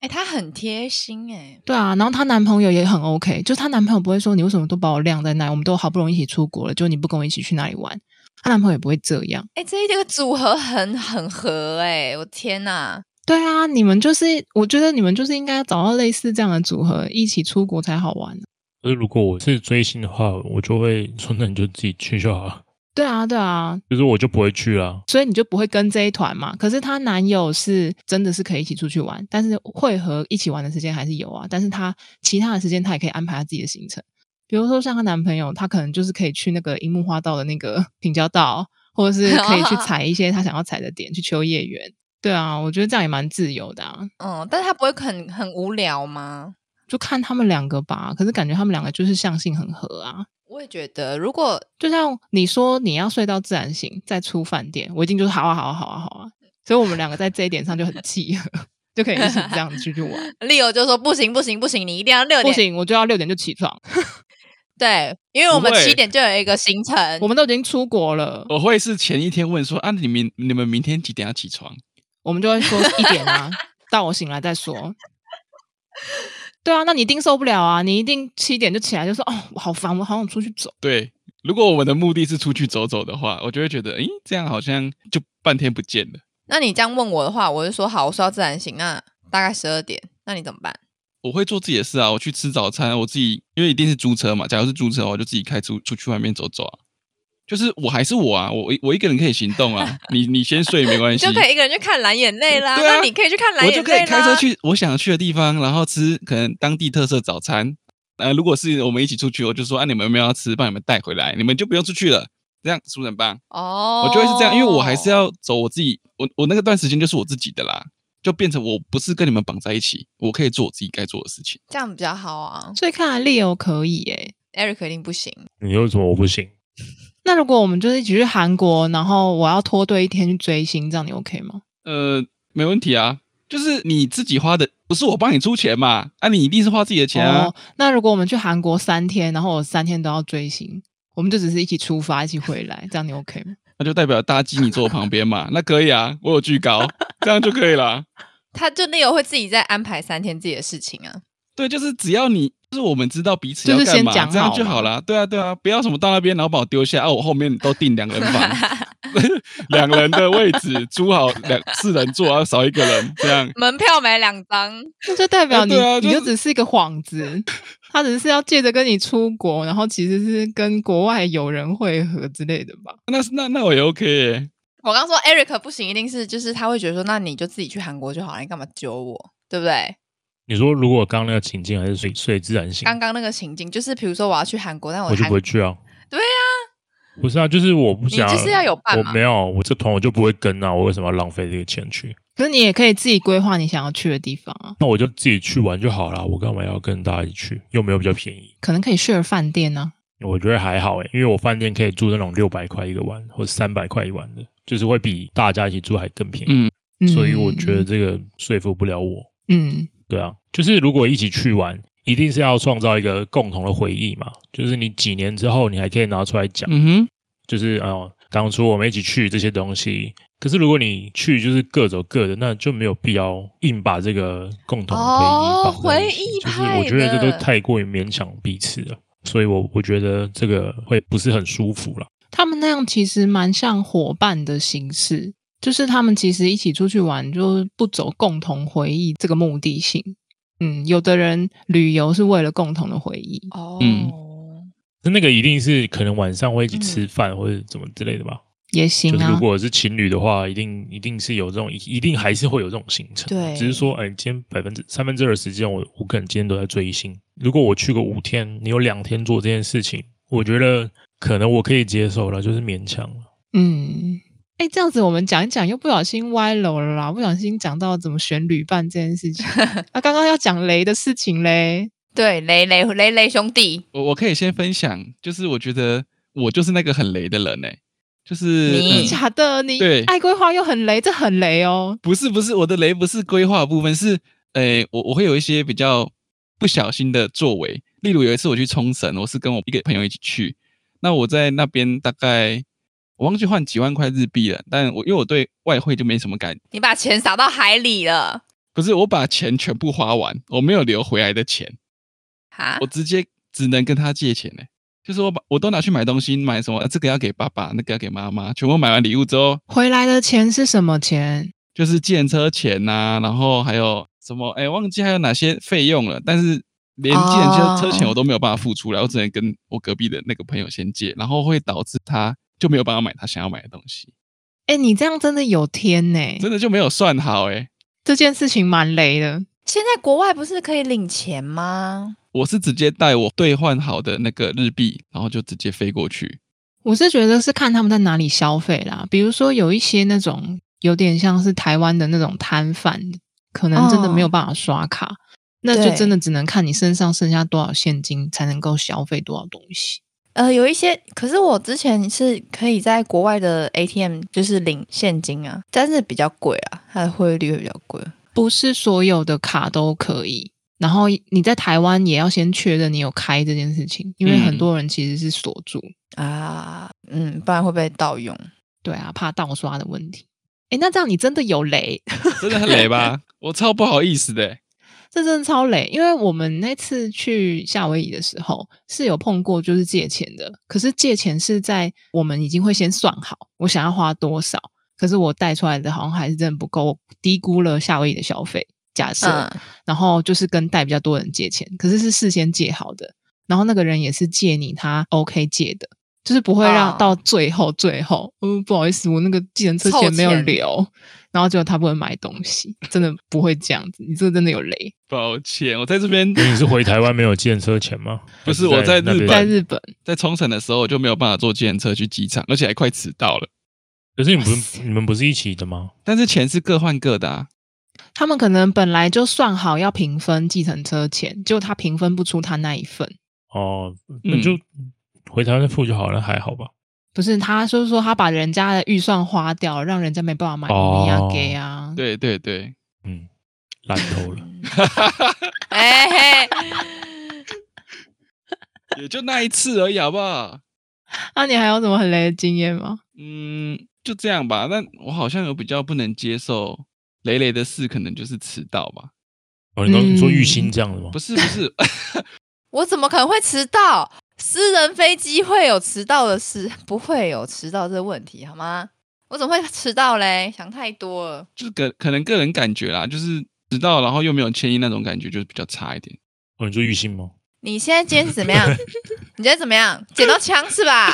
[SPEAKER 1] 哎，他很贴心哎、
[SPEAKER 2] 对啊，然后她男朋友也很 OK，就她男朋友不会说你为什么都把我晾在那，我们都好不容易一起出国了，就你不跟我一起去哪里玩，她男朋友也不会这样。
[SPEAKER 1] 哎，这一这个组合很很合哎、我天呐！
[SPEAKER 2] 对啊，你们就是，我觉得你们就是应该找到类似这样的组合，一起出国才好玩。啊
[SPEAKER 3] 可呃是如果我是追星的话，我就会说那你就自己去就好了，
[SPEAKER 2] 对啊，对啊，
[SPEAKER 3] 就是我就不会去啊啦。
[SPEAKER 2] 所以你就不会跟这一团嘛。可是她男友是真的是可以一起出去玩，但是会合一起玩的时间还是有啊。但是她其他的时间她也可以安排她自己的行程，比如说像她男朋友，他可能就是可以去那个樱木花道的那个 平交道，或者是可以去踩一些他想要踩的点，去秋叶原。对啊，我觉得这样也蛮自由的、啊，
[SPEAKER 1] 嗯，但是他不会很很无聊吗？
[SPEAKER 2] 就看他们两个吧。可是感觉他们两个就是相性很合啊。
[SPEAKER 1] 我也觉得，如果
[SPEAKER 2] 就像你说你要睡到自然醒再出饭店，我一定就是好啊好啊好啊好啊，所以我们两个在这一点上就很契合， 就可以一起这样出去玩。
[SPEAKER 1] 利友就说不行不行不行，你一定要六
[SPEAKER 2] 不
[SPEAKER 1] 点，
[SPEAKER 2] 行，我就要六点就起床。
[SPEAKER 1] 对，因为我们
[SPEAKER 4] 不会
[SPEAKER 1] 七点就有一个行程
[SPEAKER 2] 我，们都已经出国了，
[SPEAKER 4] 我会是前一天问说啊，你明你们明天几点要起床？
[SPEAKER 2] 我们就会说一点啊，到我醒来再说。对啊，那你一定受不了啊！你一定七点就起来就说哦，我好烦，我好想出去走。
[SPEAKER 4] 对，如果我们的目的是出去走走的话，我就会觉得，诶，这样好像就半天不见了。
[SPEAKER 1] 那你这样问我的话，我就说好，我睡到自然醒，那大概十二点，那你怎么办？
[SPEAKER 4] 我会做自己的事啊，我去吃早餐，我自己因为一定是租车嘛，假如是租车，我就自己开出出去外面走走啊。就是我还是我啊，我我一个人可以行动啊，你你先睡没关
[SPEAKER 1] 你
[SPEAKER 4] 系，
[SPEAKER 1] 就可以一个人去看蓝眼泪啦，
[SPEAKER 4] 对啊
[SPEAKER 1] 那你可以去看蓝
[SPEAKER 4] 我
[SPEAKER 1] 眼
[SPEAKER 4] 就
[SPEAKER 1] 泪
[SPEAKER 4] 可
[SPEAKER 1] 啦。
[SPEAKER 4] 以开车去我想去的地方，然后吃可能当地特色早餐。呃，如果是我们一起出去，我就说啊，你们有没有要吃，帮你们带回来，你们就不用出去了，这样是不是很棒？
[SPEAKER 1] 哦，
[SPEAKER 4] 我就会是这样，因为我还是要走我自己，我我那个段时间就是我自己的啦，就变成我不是跟你们绑在一起，我可以做我自己该做的事情。
[SPEAKER 1] 这样比较好啊。
[SPEAKER 2] 所以看来 Leo 可以诶、
[SPEAKER 1] Eric 一定不行，
[SPEAKER 3] 你有什么我不行？
[SPEAKER 2] 那如果我们就是一起去韩国，然后我要脱队一天去追星，这样你 OK 吗？
[SPEAKER 4] 呃，没问题啊，就是你自己花的，不是我帮你出钱嘛？啊，你一定是花自己的钱啊。
[SPEAKER 2] 哦，那如果我们去韩国三天，然后我三天都要追星，我们就只是一起出发，一起回来，这样你 OK 吗？
[SPEAKER 4] 那就代表搭机你坐我旁边嘛，那可以啊，我有巨高，这样就可以啦。
[SPEAKER 1] 他就 Leo 会自己再安排三天自己的事情啊。
[SPEAKER 4] 对，就是只要你，就是我们知道彼此
[SPEAKER 2] 就
[SPEAKER 4] 要
[SPEAKER 2] 是
[SPEAKER 4] 干嘛，
[SPEAKER 2] 先讲
[SPEAKER 4] 这样
[SPEAKER 2] 好
[SPEAKER 4] 就
[SPEAKER 2] 嘛
[SPEAKER 4] 好啦。对啊，对啊，不要什么到那边然后把我丢下，啊，我后面都订两人 房，两人的位置租好两四人座，然后少一个人，这样
[SPEAKER 1] 门票买两张，
[SPEAKER 2] 那就代表你、
[SPEAKER 4] 哎对啊
[SPEAKER 2] 你
[SPEAKER 4] 就
[SPEAKER 2] 就是只是一个幌子，他只是要借着跟你出国，然后其实是跟国外友人会合之类的吧？
[SPEAKER 4] 那是那那我也 OK 耶。
[SPEAKER 1] 我刚说 Eric 不行，一定是就是他会觉得说，那你就自己去韩国就好了，你干嘛揪我，对不对？
[SPEAKER 3] 你说如果刚刚那个情境还是睡睡自然醒，
[SPEAKER 1] 刚刚那个情境就是，比如说我要去韩国，但我
[SPEAKER 3] 我就
[SPEAKER 1] 韩
[SPEAKER 3] 不会去啊。
[SPEAKER 1] 哦对啊，
[SPEAKER 3] 不是啊，就是我不想，
[SPEAKER 1] 你就是要有伴
[SPEAKER 3] 我
[SPEAKER 1] 嘛
[SPEAKER 3] 没有，我这团我就不会跟啊，我为什么要浪费这个钱去？
[SPEAKER 2] 可是你也可以自己规划你想要去的地方啊，
[SPEAKER 3] 那我就自己去玩就好啦，我干嘛要跟大家一起去？又没有比较便宜，
[SPEAKER 2] 可能可以 share 饭店啊。
[SPEAKER 3] 我觉得还好欸诶、因为我饭店可以住那种六百块一个晚或者三百块一晚的，就是会比大家一起住还更便宜，
[SPEAKER 4] 嗯，
[SPEAKER 2] 嗯、
[SPEAKER 3] 所以我觉得，这个说服不了我。
[SPEAKER 2] 嗯，
[SPEAKER 3] 对啊，就是如果一起去玩，一定是要创造一个共同的回忆嘛，就是你几年之后你还可以拿出来讲，
[SPEAKER 4] 嗯哼，
[SPEAKER 3] 就是哦，当初我们一起去这些东西。可是如果你去就是各走各的，那就没有必要硬把这个共同的回忆
[SPEAKER 1] 哦
[SPEAKER 3] 绑在一
[SPEAKER 1] 回
[SPEAKER 3] 起
[SPEAKER 1] 忆
[SPEAKER 3] 就是
[SPEAKER 1] 派
[SPEAKER 3] 我觉得这
[SPEAKER 1] 的
[SPEAKER 3] 都太过于勉强彼此了，所以我我觉得这个会不是很舒服了。
[SPEAKER 2] 他们那样其实蛮像伙伴的形式，就是他们其实一起出去玩，就不走共同回忆这个目的性。嗯，有的人旅游是为了共同的回忆，
[SPEAKER 1] 哦，
[SPEAKER 4] 嗯
[SPEAKER 3] 那那个一定是可能晚上会一起
[SPEAKER 1] 嗯
[SPEAKER 3] 吃饭或者怎么之类的吧？
[SPEAKER 2] 也行
[SPEAKER 3] 就是如
[SPEAKER 2] 啊。
[SPEAKER 3] 果是情侣的话，一定一定是有这种，一一定还是会有这种行程。
[SPEAKER 1] 对
[SPEAKER 3] 只是说，哎，今天百分之三分之二的时间，我我可能今天都在追星。如果我去个五天，你有两天做这件事情，我觉得可能我可以接受了，就是勉强了。
[SPEAKER 2] 嗯，哎，这样子我们讲一讲，又不小心歪楼了啦，不小心讲到怎么选旅伴这件事情。啊，刚刚要讲雷的事情嘞，
[SPEAKER 1] 对，雷雷雷雷兄弟，
[SPEAKER 4] 我我可以先分享，就是我觉得我就是那个很雷的人哎、就是
[SPEAKER 1] 你嗯
[SPEAKER 2] 假的，你
[SPEAKER 4] 对
[SPEAKER 2] 爱规划又很雷，这很雷哦。
[SPEAKER 4] 不是不是，我的雷不是规划的部分，是诶、我我会有一些比较不小心的作为。例如有一次我去冲绳，我是跟我一个朋友一起去，那我在那边大概我忘记换几万块日币了，但我因为我对外汇就没什么感，
[SPEAKER 1] 你把钱撒到海里了
[SPEAKER 4] 不是我把钱全部花完，我没有留回来的钱，
[SPEAKER 1] 哈
[SPEAKER 4] 我？直接只能跟他借钱呢、就是我把我都拿去买东西，买什么、啊这个要给爸爸，那个要给妈妈，全部买完礼物之后，
[SPEAKER 2] 回来的钱是什么钱？
[SPEAKER 4] 就是计程车钱呐、然后还有什么，哎，忘记还有哪些费用了，但是连计程车
[SPEAKER 1] 哦
[SPEAKER 4] 车钱我都没有办法付出来，我只能跟我隔壁的那个朋友先借，然后会导致他就没有办法买他想要买的东西，
[SPEAKER 2] 哎，你这样真的有天呢、
[SPEAKER 4] 真的就没有算好哎。
[SPEAKER 2] 这件事情蛮雷的。
[SPEAKER 1] 现在国外不是可以领钱吗？
[SPEAKER 4] 我是直接带我兑换好的那个日币，然后就直接飞过去。
[SPEAKER 2] 我是觉得是看他们在哪里消费啦，比如说有一些那种有点像是台湾的那种摊贩，可能真的没有办法刷卡，那就
[SPEAKER 1] 对
[SPEAKER 2] 真的只能看你身上剩下多少现金才能够消费多少东西。
[SPEAKER 1] 呃，有一些，可是我之前是可以在国外的 ATM 就是领现金啊，但是比较贵啊，它的汇率会比较贵。
[SPEAKER 2] 不是所有的卡都可以。然后你在台湾也要先确认你有开这件事情，因为
[SPEAKER 4] 嗯
[SPEAKER 2] 很多人其实是锁住，
[SPEAKER 1] 啊，嗯，不然会被盗用。
[SPEAKER 2] 对啊，怕盗刷的问题。诶，那这样你真的有雷，
[SPEAKER 4] 真的很雷吧？我超不好意思的欸，
[SPEAKER 2] 这真的超累，因为我们那次去夏威夷的时候是有碰过就是借钱的，可是借钱是在我们已经会先算好我想要花多少，可是我带出来的好像还是真的不够，我低估了夏威夷的消费。假设，
[SPEAKER 1] 嗯，
[SPEAKER 2] 然后就是跟带比较多人借钱，可是是事先借好的，然后那个人也是借你他 OK 借的，就是不会让
[SPEAKER 1] 哦
[SPEAKER 2] 到最后最后，嗯，不好意思，我那个计程车
[SPEAKER 1] 凑
[SPEAKER 2] 钱没有
[SPEAKER 1] 钱
[SPEAKER 2] 留，然后结果他不会买东西，真的不会这样子，你这个真的有雷。
[SPEAKER 4] 抱歉，我在这边
[SPEAKER 3] 你是回台湾没有建车钱吗？
[SPEAKER 4] 不是
[SPEAKER 3] 还
[SPEAKER 4] 我在
[SPEAKER 3] 那边
[SPEAKER 4] 日
[SPEAKER 2] 在
[SPEAKER 4] 本
[SPEAKER 2] 日本，
[SPEAKER 4] 在冲绳的时候我就没有办法坐计程车去机场，而且还快迟到了。
[SPEAKER 3] 可是你们
[SPEAKER 1] 哇
[SPEAKER 3] 不
[SPEAKER 1] 塞
[SPEAKER 3] 你们不是一起的吗？
[SPEAKER 4] 但是钱是各换各的啊，
[SPEAKER 2] 他们可能本来就算好要平分计程车钱，结果他平分不出他那一份。
[SPEAKER 3] 哦，
[SPEAKER 4] 嗯
[SPEAKER 3] 那就回台湾再付就好了，还好吧？
[SPEAKER 2] 不是，他就是说他把人家的预算花掉，让人家没办法买米亚给啊。
[SPEAKER 4] 对对对，
[SPEAKER 3] 嗯，烂透了。
[SPEAKER 1] 哎嘿，
[SPEAKER 4] 也就那一次而已，好不好？
[SPEAKER 2] 那、你还有什么很雷的经验吗？
[SPEAKER 4] 嗯，就这样吧。但我好像有比较不能接受雷雷的事，可能就是迟到吧。
[SPEAKER 3] 哦，你刚你说玉
[SPEAKER 2] 嗯
[SPEAKER 3] 鑫这样的吗
[SPEAKER 4] 不？是不是，
[SPEAKER 1] 我怎么可能会迟到？私人飞机会有迟到的事，不会有迟到这个问题好吗？我怎么会迟到嘞？想太多了。
[SPEAKER 4] 就是个可能个人感觉啦，就是迟到然后又没有歉意那种感觉，就是比较差一点。
[SPEAKER 3] 哦，你说玉鑫吗？
[SPEAKER 1] 你现在今天怎么样？你今天怎么样？捡到枪是吧？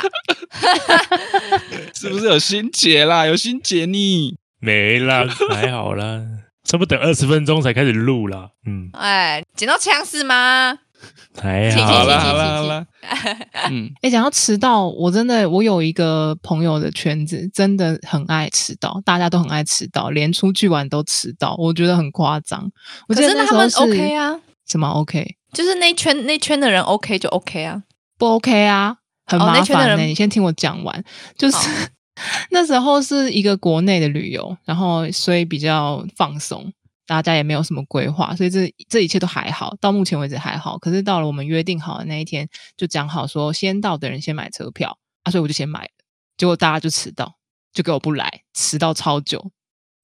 [SPEAKER 4] 是不是有心结啦？有心结你
[SPEAKER 3] 没啦，还好啦，差不多等二十分钟才开始录啦。嗯，
[SPEAKER 1] 哎，捡到枪是吗？
[SPEAKER 3] 还
[SPEAKER 1] 请
[SPEAKER 3] 好
[SPEAKER 4] 好
[SPEAKER 1] 请
[SPEAKER 4] 啦好
[SPEAKER 1] 请
[SPEAKER 3] 啦。
[SPEAKER 4] 啦好啦，嗯，
[SPEAKER 2] 哎，讲到迟到，我真的我有一个朋友的圈子真的很爱迟到，大家都很爱迟到，连出去玩都迟到，我觉得很夸张。我
[SPEAKER 1] 可
[SPEAKER 2] 记得
[SPEAKER 1] 是那
[SPEAKER 2] 时
[SPEAKER 1] 他
[SPEAKER 2] 候
[SPEAKER 1] 们
[SPEAKER 2] 是
[SPEAKER 1] OK 啊，
[SPEAKER 2] 什么 OK
[SPEAKER 1] 就是那一圈那一圈的人 OK 就 OK 啊。
[SPEAKER 2] 不 OK 啊？很
[SPEAKER 1] 哦
[SPEAKER 2] 麻
[SPEAKER 1] 那圈的
[SPEAKER 2] 烦呢、
[SPEAKER 1] 人哦
[SPEAKER 2] 你先听我讲完，就是
[SPEAKER 1] 好
[SPEAKER 2] 那时候是一个国内的旅游，然后所以比较放松，大家也没有什么规划，所以这这一切都还好，到目前为止还好。可是到了我们约定好的那一天，就讲好说先到的人先买车票啊，所以我就先买了。结果大家就迟到，就给我不来，迟到超久，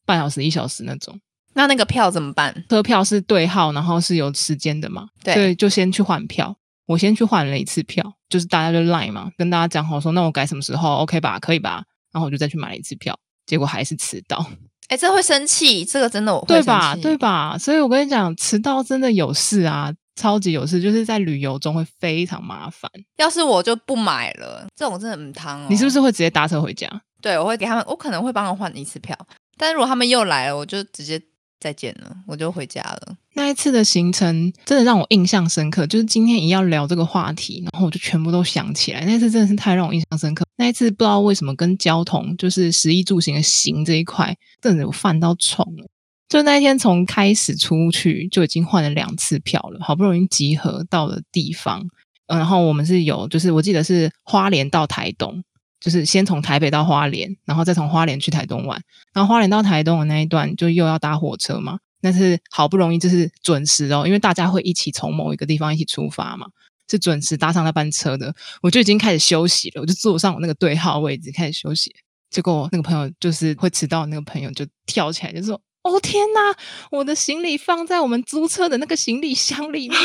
[SPEAKER 2] 半小时一小时那种。
[SPEAKER 1] 那那个票怎么办？
[SPEAKER 2] 车票是对号，然后是有时间的嘛，
[SPEAKER 1] 对
[SPEAKER 2] 所以就先去换票。我先去换了一次票，就是大家就 line 嘛，跟大家讲好说，那我改什么时候，OK 吧，可以吧？然后我就再去买了一次票，结果还是迟到，
[SPEAKER 1] 哎，这会生气，这个真的我会
[SPEAKER 2] 对
[SPEAKER 1] 生
[SPEAKER 2] 吧？
[SPEAKER 1] 气。
[SPEAKER 2] 对吧？所以我跟你讲，迟到真的有事啊，超级有事，就是在旅游中会非常麻烦。
[SPEAKER 1] 要是我就不买了，这种真的很汤哦。
[SPEAKER 2] 你是不是会直接搭车回家？
[SPEAKER 1] 对，我会给他们，我可能会帮他们换一次票，但如果他们又来了，我就直接再见了，我就回家了。
[SPEAKER 2] 那一次的行程真的让我印象深刻，就是今天一定要聊这个话题，然后我就全部都想起来。那次真的是太让我印象深刻。那一次不知道为什么跟交通，就是食衣住行的行这一块，真的有犯到冲了。就那一天从开始出去就已经换了两次票了，好不容易集合到了地方，嗯然后我们是有，就是我记得是花莲到台东，就是先从台北到花莲，然后再从花莲去台东玩。然后花莲到台东的那一段就又要搭火车嘛，但是好不容易就是准时哦，因为大家会一起从某一个地方一起出发嘛，是准时搭上那班车的。我就已经开始休息了，我就坐上我那个对号位置开始休息。结果那个朋友就是会迟到，那个朋友就跳起来就说：“哦天哪，我的行李放在我们租车的那个行李箱 里面，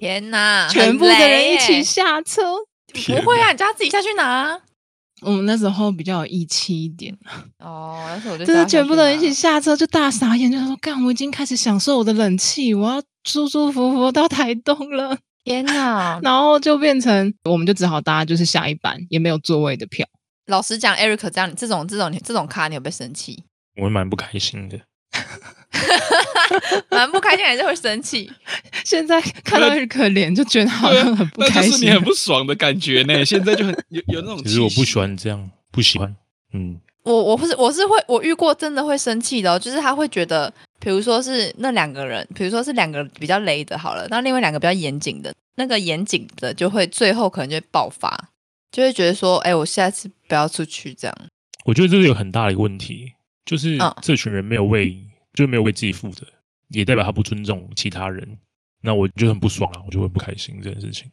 [SPEAKER 1] 天哪，
[SPEAKER 2] 全部的人一起
[SPEAKER 1] 很
[SPEAKER 2] 下车。”
[SPEAKER 1] 累耶，不会啊，你叫他自己下去拿。
[SPEAKER 2] 我们那时候比较有义气一点，
[SPEAKER 1] 哦，要是我就
[SPEAKER 2] 就
[SPEAKER 1] 叫
[SPEAKER 2] 是
[SPEAKER 1] 他
[SPEAKER 2] 全
[SPEAKER 1] 下
[SPEAKER 2] 部
[SPEAKER 1] 去
[SPEAKER 2] 的人一
[SPEAKER 1] 拿
[SPEAKER 2] 起下车就大傻眼，就想说：“干，我已经开始享受我的冷气，我要舒舒服服到台东了。”！
[SPEAKER 1] 天哪
[SPEAKER 2] 然后就变成我们就只好搭就是下一班，也没有座位的票。
[SPEAKER 1] 老实讲，Eric 这样，你这种这种这种咖，你有被生气？
[SPEAKER 3] 我会蛮不开心的。
[SPEAKER 1] 蛮不开心还是会生气？
[SPEAKER 2] 现在看到
[SPEAKER 4] 那
[SPEAKER 2] 日可怜，就觉得好
[SPEAKER 4] 对啊
[SPEAKER 2] 像很不
[SPEAKER 4] 那
[SPEAKER 2] 开
[SPEAKER 4] 就是
[SPEAKER 2] 心
[SPEAKER 4] 你。很不爽的感觉呢。现在就很有有那种，
[SPEAKER 3] 其实我不喜，欢这样，不喜欢。嗯，
[SPEAKER 1] 我我不是我是会我遇过真的会生气的、哦，就是他会觉得，比如说是那两个人，比如说是两个比较雷的好了，那另外两个比较严谨的，那个严谨的就会最后可能就会爆发，就会觉得说，哎，我下次不要出去这样。
[SPEAKER 3] 我觉得这是有很大的一个问题，就是
[SPEAKER 1] 嗯
[SPEAKER 3] 这群人没有为，就是没有为自己负责，也代表他不尊重其他人。那我就很不爽啊，我就会不开心这件事情。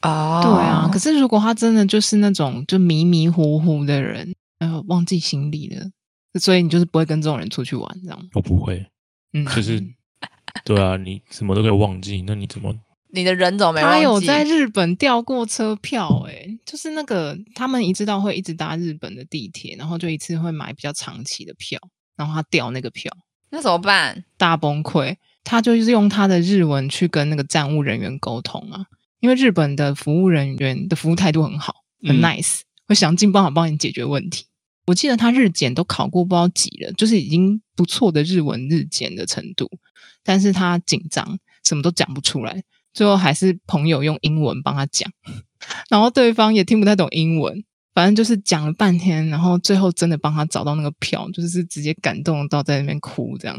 [SPEAKER 1] 哦
[SPEAKER 2] 对啊，可是如果他真的就是那种就迷迷糊糊的人，哎呦忘记行李了，所以你就是不会跟这种人出去玩，这样。
[SPEAKER 3] 我不会，
[SPEAKER 2] 嗯，
[SPEAKER 3] 就是 对啊，你什么都可以忘记，那你怎么
[SPEAKER 1] 你的人怎么没忘
[SPEAKER 2] 他
[SPEAKER 1] 记？
[SPEAKER 2] 有在日本调过车票、欸，就是那个他们一知道会一直搭日本的地铁，然后就一次会买比较长期的票，然后他调那个票。
[SPEAKER 1] 那怎么办？
[SPEAKER 2] 大崩溃。他就是用他的日文去跟那个站务人员沟通啊，因为日本的服务人员的服务态度很好，很
[SPEAKER 4] 嗯
[SPEAKER 2] nice，、会想尽办法帮你解决问题。我记得他日检都考过不知道几了，就是已经不错的日文日检的程度，但是他紧张，什么都讲不出来，最后还是朋友用英文帮他讲， 然后对方也听不太懂英文，反正就是讲了半天，然后最后真的帮他找到那个票，就是直接感动到在那边哭这样。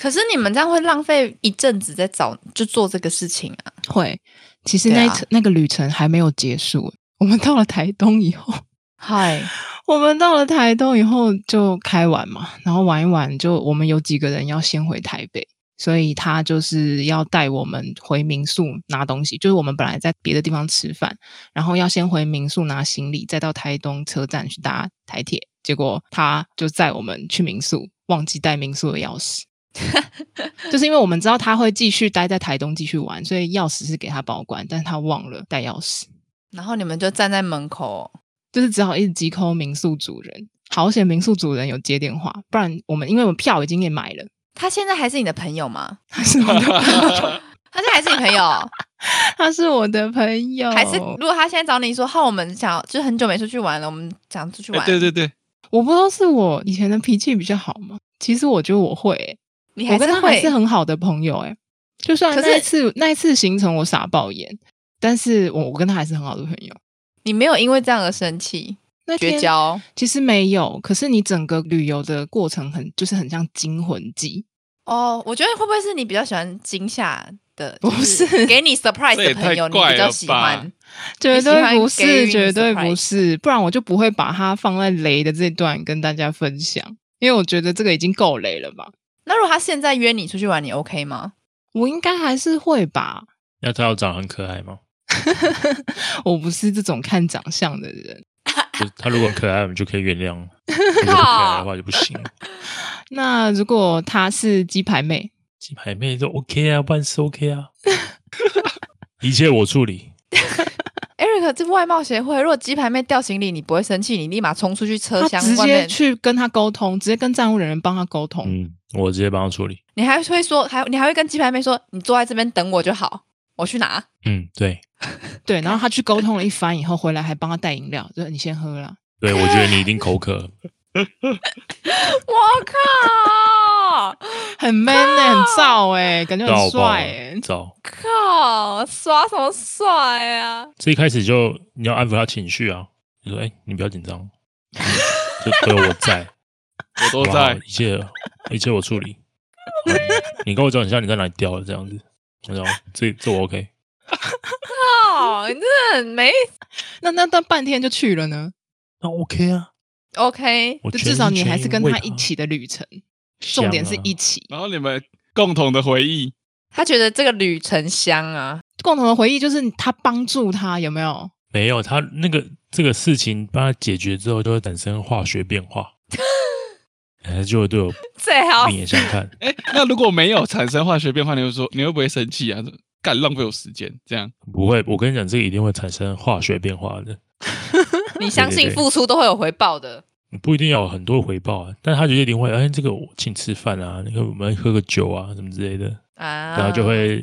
[SPEAKER 1] 可是你们这样会浪费一阵子在找就做这个事情啊。
[SPEAKER 2] 会，其实
[SPEAKER 1] 对
[SPEAKER 2] 那一
[SPEAKER 1] 啊
[SPEAKER 2] 程、那个旅程还没有结束。我们到了台东以后，
[SPEAKER 1] 嗨，
[SPEAKER 2] 我们到了台东以后就开玩嘛，然后玩一玩就，我们有几个人要先回台北，所以他就是要带我们回民宿拿东西，就是我们本来在别的地方吃饭，然后要先回民宿拿行李，再到台东车站去搭台铁。结果他就载我们去民宿，忘记带民宿的钥匙。就是因为我们知道他会继续待在台东继续玩，所以钥匙是给他保管，但是他忘了带钥匙。
[SPEAKER 1] 然后你们就站在门口，哦
[SPEAKER 2] 就是只好一直急 call 民宿主人。好险，民宿主人有接电话，不然我们因为我们票已经也买了，
[SPEAKER 1] 他现在还是你的朋友吗？
[SPEAKER 2] 他是我的，
[SPEAKER 1] 他现在还是你朋友？哦
[SPEAKER 2] 他是我的朋友，
[SPEAKER 1] 还是如果他现在找你说，哈，我们想要就很久没出去玩了，我们想出去玩，
[SPEAKER 4] 哎对对对，
[SPEAKER 2] 我不知道是我以前的脾气比较好吗？其实我觉得我会欸、
[SPEAKER 1] 你
[SPEAKER 2] 我
[SPEAKER 1] 还
[SPEAKER 2] 跟
[SPEAKER 1] 是
[SPEAKER 2] 他还
[SPEAKER 1] 会
[SPEAKER 2] 是很好的朋友、欸，就算
[SPEAKER 1] 可是
[SPEAKER 2] 那一次那一次行程我傻爆眼，但是我我跟他还是很好的朋友。
[SPEAKER 1] 你没有因为这样而生气
[SPEAKER 2] 那
[SPEAKER 1] 绝
[SPEAKER 2] 天
[SPEAKER 1] 交
[SPEAKER 2] 其实没有，可是你整个旅游的过程很就是很像惊魂记，
[SPEAKER 1] 哦。我觉得会不会是你比较喜欢惊吓的？
[SPEAKER 2] 不
[SPEAKER 1] 就是给你 surprise
[SPEAKER 4] 这也
[SPEAKER 1] 的朋友，
[SPEAKER 4] 太
[SPEAKER 1] 你
[SPEAKER 4] 怪
[SPEAKER 1] 比较
[SPEAKER 4] 了
[SPEAKER 1] 喜
[SPEAKER 4] 吧
[SPEAKER 1] 欢。
[SPEAKER 2] 绝
[SPEAKER 1] 喜
[SPEAKER 2] 对
[SPEAKER 1] 欢
[SPEAKER 2] 不
[SPEAKER 1] 给予
[SPEAKER 2] 是，
[SPEAKER 1] 你
[SPEAKER 2] 绝对不
[SPEAKER 1] surprise
[SPEAKER 2] 是，不然我就不会把它放在雷的这段跟大家分享，因为我觉得这个已经够雷了吧。
[SPEAKER 1] 那如果他现在约你出去玩，你 OK 吗？
[SPEAKER 2] 我应该还是会吧，
[SPEAKER 3] 那他要长得很可爱吗？
[SPEAKER 2] 我不是这种看长相的人，
[SPEAKER 3] 就是他如果很可爱，我们就可以原谅；如果不可爱的话就不行。
[SPEAKER 2] 那如果她是鸡排妹，
[SPEAKER 3] 鸡排妹都 OK 啊，万事 OK 啊，一切我处理。
[SPEAKER 1] Eric，这外貌协会，如果鸡排妹掉行李，你不会生气，你立马冲出去车
[SPEAKER 2] 她
[SPEAKER 1] 厢
[SPEAKER 2] 直
[SPEAKER 1] 外
[SPEAKER 2] 接
[SPEAKER 1] 面，
[SPEAKER 2] 去跟她沟通，直接跟站务人员帮她沟通。
[SPEAKER 3] 嗯，我直接帮他处理。
[SPEAKER 1] 你还会说，还你还会跟鸡排妹说，你坐在这边等我就好，我去拿。
[SPEAKER 3] 嗯，对
[SPEAKER 2] 对，然后她去沟通了一番以后，回来还帮她带饮料，就是你先喝啦。
[SPEAKER 3] 对，我觉得你一定 口渴。
[SPEAKER 1] 我靠！
[SPEAKER 2] 很 man 呢、很燥哎、感觉很
[SPEAKER 3] 到爆
[SPEAKER 2] 帅哎、
[SPEAKER 3] 糟！
[SPEAKER 1] 靠！耍什么帅啊？
[SPEAKER 3] 这一开始就你要安抚他情绪啊，你说：“哎、你不要紧张，嗯就 都有我在，
[SPEAKER 4] 我都
[SPEAKER 3] 我好
[SPEAKER 4] 在
[SPEAKER 3] 一切一切我处 理。嗯你跟我讲一下你在哪里掉了这样子，然后这这我 OK。
[SPEAKER 1] 靠！你真的很没
[SPEAKER 2] 那那那半天就去了呢，
[SPEAKER 3] 那 OK 啊，
[SPEAKER 1] OK。
[SPEAKER 3] 我
[SPEAKER 2] 就
[SPEAKER 3] 全
[SPEAKER 2] 至少
[SPEAKER 3] 心
[SPEAKER 2] 你
[SPEAKER 3] 全
[SPEAKER 2] 还
[SPEAKER 3] 意
[SPEAKER 2] 是跟
[SPEAKER 3] 为
[SPEAKER 2] 他一起的旅程，
[SPEAKER 3] 想啊
[SPEAKER 2] 重点是一起
[SPEAKER 4] 然后你们共同的回忆，
[SPEAKER 1] 他觉得这个旅程香啊，
[SPEAKER 2] 共同的回忆，就是他帮助他有没有？
[SPEAKER 3] 没有他那个这个事情帮他解决之后，就会产生化学变 化，哎就会对我
[SPEAKER 1] 最好
[SPEAKER 3] 另眼相看。
[SPEAKER 4] 哎、那如果没有产生化学变化，你会说你会不会生气啊？干浪费我时间，这样
[SPEAKER 3] 不会，我跟你讲，这个一定会产生化学变化的，
[SPEAKER 1] 你相
[SPEAKER 3] 对
[SPEAKER 1] 信
[SPEAKER 3] 对对
[SPEAKER 1] 付出都会有回报的。
[SPEAKER 3] 不一定要有很多回报啊，但他就一定会，哎，这个我请吃饭啊，那个我们喝个酒啊，什么之类的，
[SPEAKER 1] 啊，
[SPEAKER 3] 然后就会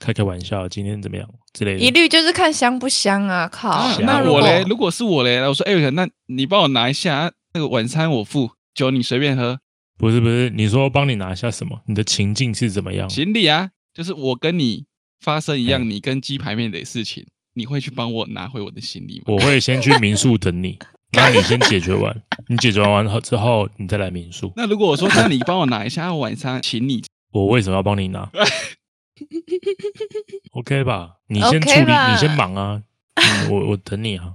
[SPEAKER 3] 开开玩笑，今天怎么样之类
[SPEAKER 1] 一
[SPEAKER 3] 的。
[SPEAKER 1] 律就是看香不香啊！靠，
[SPEAKER 4] 啊
[SPEAKER 3] 想
[SPEAKER 4] 那
[SPEAKER 3] 如
[SPEAKER 4] 我
[SPEAKER 3] 果
[SPEAKER 4] 嘞，如果是我嘞，我说 Eric，那你帮我拿一下啊那个晚餐，我付，酒你随便喝，
[SPEAKER 3] 不是不是，你说帮你拿下什么？你的情境是怎么样？
[SPEAKER 4] 行李啊，就是我跟你发生一样，
[SPEAKER 3] 嗯
[SPEAKER 4] 你跟鸡排妹的事情，你会去帮我拿回我的行李吗？
[SPEAKER 3] 我会先去民宿等 你，那你先解决完，你解决完后之后，你再来民宿。
[SPEAKER 4] 那如果我说，那你帮我拿一下啊晚餐，请你
[SPEAKER 3] 我为什么要帮你 拿？OK 吧，你先处
[SPEAKER 1] OK
[SPEAKER 3] 理，
[SPEAKER 1] 吧
[SPEAKER 3] 你先忙啊，嗯我我等你啊。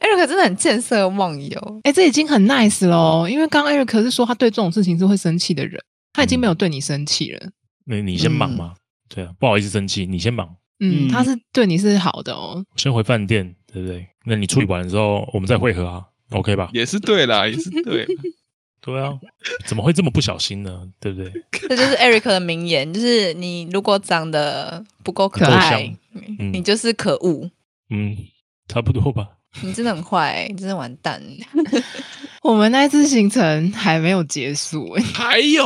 [SPEAKER 1] Eric 真的很见色忘友。
[SPEAKER 2] 哎、这已经很 nice 喽，因为刚刚 Eric 是说他对这种事情是会生气的人，他已
[SPEAKER 3] 嗯
[SPEAKER 2] 经没有对你生气了，
[SPEAKER 3] 那你先忙
[SPEAKER 1] 嗯
[SPEAKER 3] 嘛。对啊，不好意思生气，你先忙，
[SPEAKER 2] 嗯，
[SPEAKER 4] 嗯
[SPEAKER 2] 他是对你是好的哦，
[SPEAKER 3] 我先回饭店，对不对？那你处理完之后，我们再会合啊，OK 吧？
[SPEAKER 4] 也是对啦，也是对啦。
[SPEAKER 3] 对啊，怎么会这么不小心呢？对不对？
[SPEAKER 1] 这就是 Eric 的名言，就是你如果长得不够可
[SPEAKER 2] 不够
[SPEAKER 1] 爱
[SPEAKER 3] 香，嗯
[SPEAKER 1] 你就是可恶，
[SPEAKER 3] 嗯，差不多吧。
[SPEAKER 1] 你真的很坏、你真的完蛋。
[SPEAKER 2] 我们那一次行程还没有结束、 欸，
[SPEAKER 4] 还有，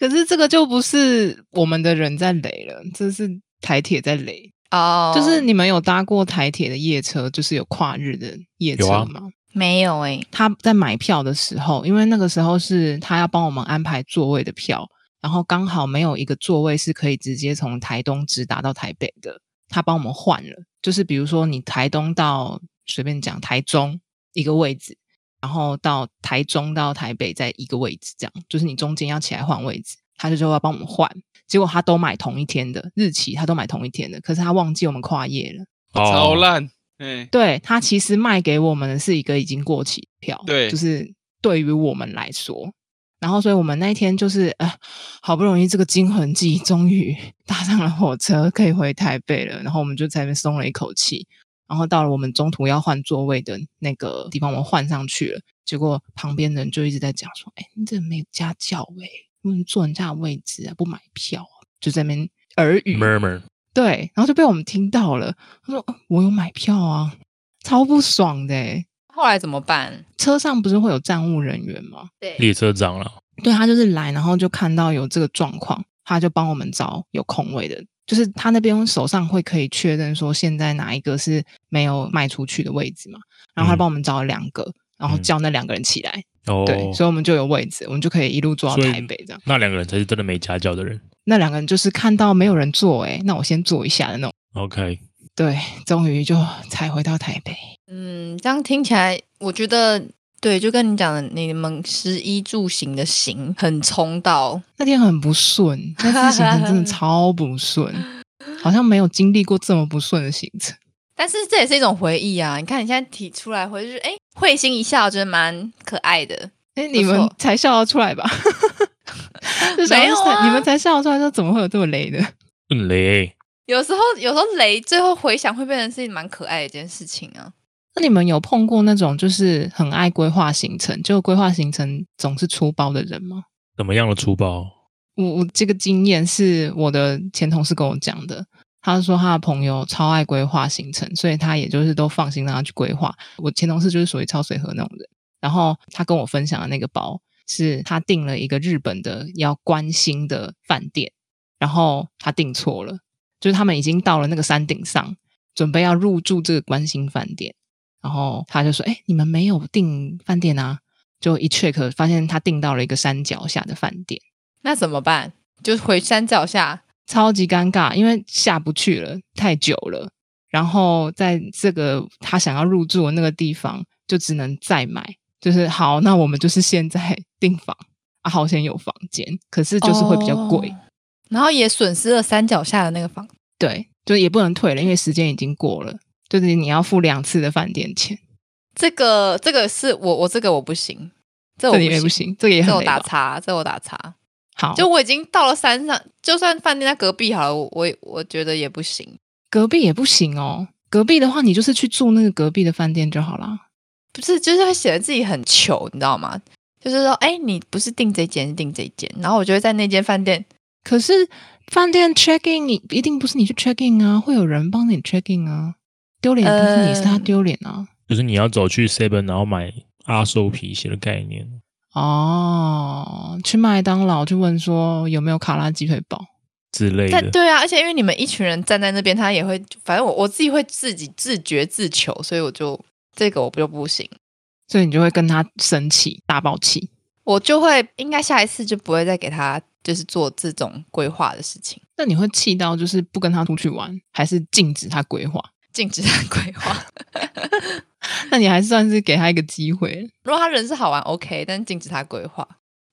[SPEAKER 2] 可是这个就不是我们的人在雷了，这是台铁在雷。
[SPEAKER 1] 哦
[SPEAKER 2] 就是你们有搭过台铁的夜车，就是有跨日的夜车
[SPEAKER 3] 有啊
[SPEAKER 2] 吗？
[SPEAKER 1] 没有哎、
[SPEAKER 2] 他在买票的时候，因为那个时候是他要帮我们安排座位的票，然后刚好没有一个座位是可以直接从台东直达到台北的，他帮我们换了。就是比如说你台东到随便讲台中一个位置，然后到台中到台北再一个位置，这样就是你中间要起来换位置，他就说要帮我们换。结果他都买同一天的日期，他都买同一天的，可是他忘记我们跨夜了。
[SPEAKER 3] 哦
[SPEAKER 4] 超烂，哎、
[SPEAKER 2] 对他其实卖给我们的是一个已经过期的票，
[SPEAKER 4] 对
[SPEAKER 2] 就是对于我们来说，然后所以我们那一天就是呃，好不容易这个惊魂记终于搭上了火车，可以回台北了，然后我们就在那边松了一口气，然后到了我们中途要换座位的那个地方，我们换上去了，结果旁边的人就一直在讲说，哎，你怎么没有家教哎、为什么坐人家的位置啊，不买票啊、就在那边耳语。
[SPEAKER 3] murmur，
[SPEAKER 2] 对，然后就被我们听到了。他说呃：“我有买票啊，超不爽的欸。
[SPEAKER 1] 后来怎么办？
[SPEAKER 2] 车上不是会有站务人员吗？
[SPEAKER 1] 对，
[SPEAKER 3] 列车长了，
[SPEAKER 2] 对他就是来，然后就看到有这个状况，他就帮我们找有空位的。就是他那边手上会可以确认说现在哪一个是没有卖出去的位置嘛，然后他
[SPEAKER 3] 嗯
[SPEAKER 2] 帮我们找了两个，然后
[SPEAKER 3] 嗯
[SPEAKER 2] 叫那两个人起来，
[SPEAKER 3] 哦，
[SPEAKER 2] 对，所以我们就有位置，我们就可以一路坐到
[SPEAKER 3] 所以
[SPEAKER 2] 台北这样。
[SPEAKER 3] 那两个人才是真的没家教的人。
[SPEAKER 2] 那两个人就是看到没有人坐、欸，那我先坐一下的那种。
[SPEAKER 3] OK，
[SPEAKER 2] 对，终于就才回到台北。
[SPEAKER 1] 嗯，这样听起来，我觉得对，就跟你讲的，你们食衣住行的行很冲到，
[SPEAKER 2] 那天很不顺，那次行程真 的超不顺，好像没有经历过这么不顺的行程。
[SPEAKER 1] 但是这也是一种回忆啊。你看你现在提出来回去，哎，会心一笑，我觉得蛮可爱的。
[SPEAKER 2] 哎、你们才笑得出来吧？ 就想
[SPEAKER 1] 没
[SPEAKER 2] 说
[SPEAKER 1] 有啊
[SPEAKER 2] 你们才笑得出来，说怎么会有这么雷的？
[SPEAKER 3] 嗯雷，
[SPEAKER 1] 有时候，有时候雷最后回想会变成是蛮可爱的一件事情啊。
[SPEAKER 2] 那你们有碰过那种就是很爱规划行程，就规划行程总是出包的人吗？
[SPEAKER 3] 怎么样的粗暴？
[SPEAKER 2] 我我这个经验是我的前同事跟我讲的，他说他的朋友超爱规划行程，所以他也就是都放心让他去规划。我前同事就是属于超随和那种人，然后他跟我分享的那个包是他订了一个日本的要关心的饭店，然后他订错了，就是他们已经到了那个山顶上，准备要入住这个关心饭店，然后他就说：“哎、你们没有订饭店啊？”就一 check 发现他订到了一个山脚下的饭店。
[SPEAKER 1] 那怎么办？就回山脚下，
[SPEAKER 2] 超级尴尬，因为下不去了，太久了。然后在这个他想要入住的那个地方，就只能再买。就是好，那我们就是现在订房 啊，好险有房间，可是就是会比较贵。
[SPEAKER 1] 哦然后也损失了山脚下的那个房。
[SPEAKER 2] 对，就是也不能退了，因为时间已经过了，就是你要付两次的饭店钱，
[SPEAKER 1] 这个这个是我我这个我不行，这我
[SPEAKER 2] 这里面不行，这个也
[SPEAKER 1] 这
[SPEAKER 2] 很
[SPEAKER 1] 我
[SPEAKER 2] 累
[SPEAKER 1] 打
[SPEAKER 2] 吧
[SPEAKER 1] 叉，这我打叉。
[SPEAKER 2] 好，
[SPEAKER 1] 就
[SPEAKER 2] 就
[SPEAKER 1] 我已经到了山上，就算饭店在隔壁好了，我我也我觉得也不行。
[SPEAKER 2] 隔壁也不行哦。隔壁的话，你就是去住那个隔壁的饭店就好啦。
[SPEAKER 1] 不是，就是会显得自己很糗，你知道吗？就是说，哎，你不是订这间，是订这间，然后我就会在那间饭店，
[SPEAKER 2] 可是饭店 check in，你一定不是你去 check in 啊，会有人帮你 check in 啊。丢脸不是你，是他
[SPEAKER 1] 嗯
[SPEAKER 2] 丢脸啊。
[SPEAKER 3] 就是你要走去 Seven，然后买阿寿皮鞋的概念。
[SPEAKER 2] 哦，去麦当劳去问说有没有卡拉鸡腿堡，
[SPEAKER 3] 之类
[SPEAKER 1] 但
[SPEAKER 3] 的，
[SPEAKER 1] 对啊，而且因为你们一群人站在那边，他也会，反正我我自己会自己自觉自糗，所以我就这个我就不行，
[SPEAKER 2] 所以你就会跟他生气，大爆气。
[SPEAKER 1] 我就会应该下一次就不会再给他就是做这种规划的事情，
[SPEAKER 2] 那你会气到就是不跟他出去玩，还是禁止他规划？
[SPEAKER 1] 禁止他规划。
[SPEAKER 2] 那你还算是给他一个机会。
[SPEAKER 1] 如果他人是好玩，OK，但禁止他规划。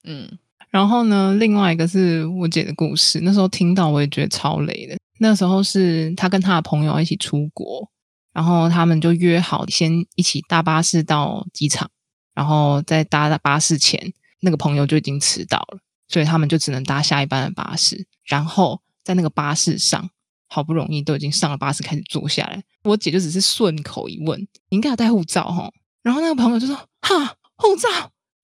[SPEAKER 1] 嗯，
[SPEAKER 2] 然后呢，另外一个是我姐的故事，那时候听到我也觉得超累的。那时候是她跟她的朋友一起出国，然后他们就约好先一起搭巴士到机场，然后在搭巴士前，那个朋友就已经迟到了，所以他们就只能搭下一班的巴士。然后在那个巴士上，好不容易都已经上了巴士开始坐下来，我姐就只是顺口一问：“你应该有带护照哈？”然后那个朋友就说：“哈，护照，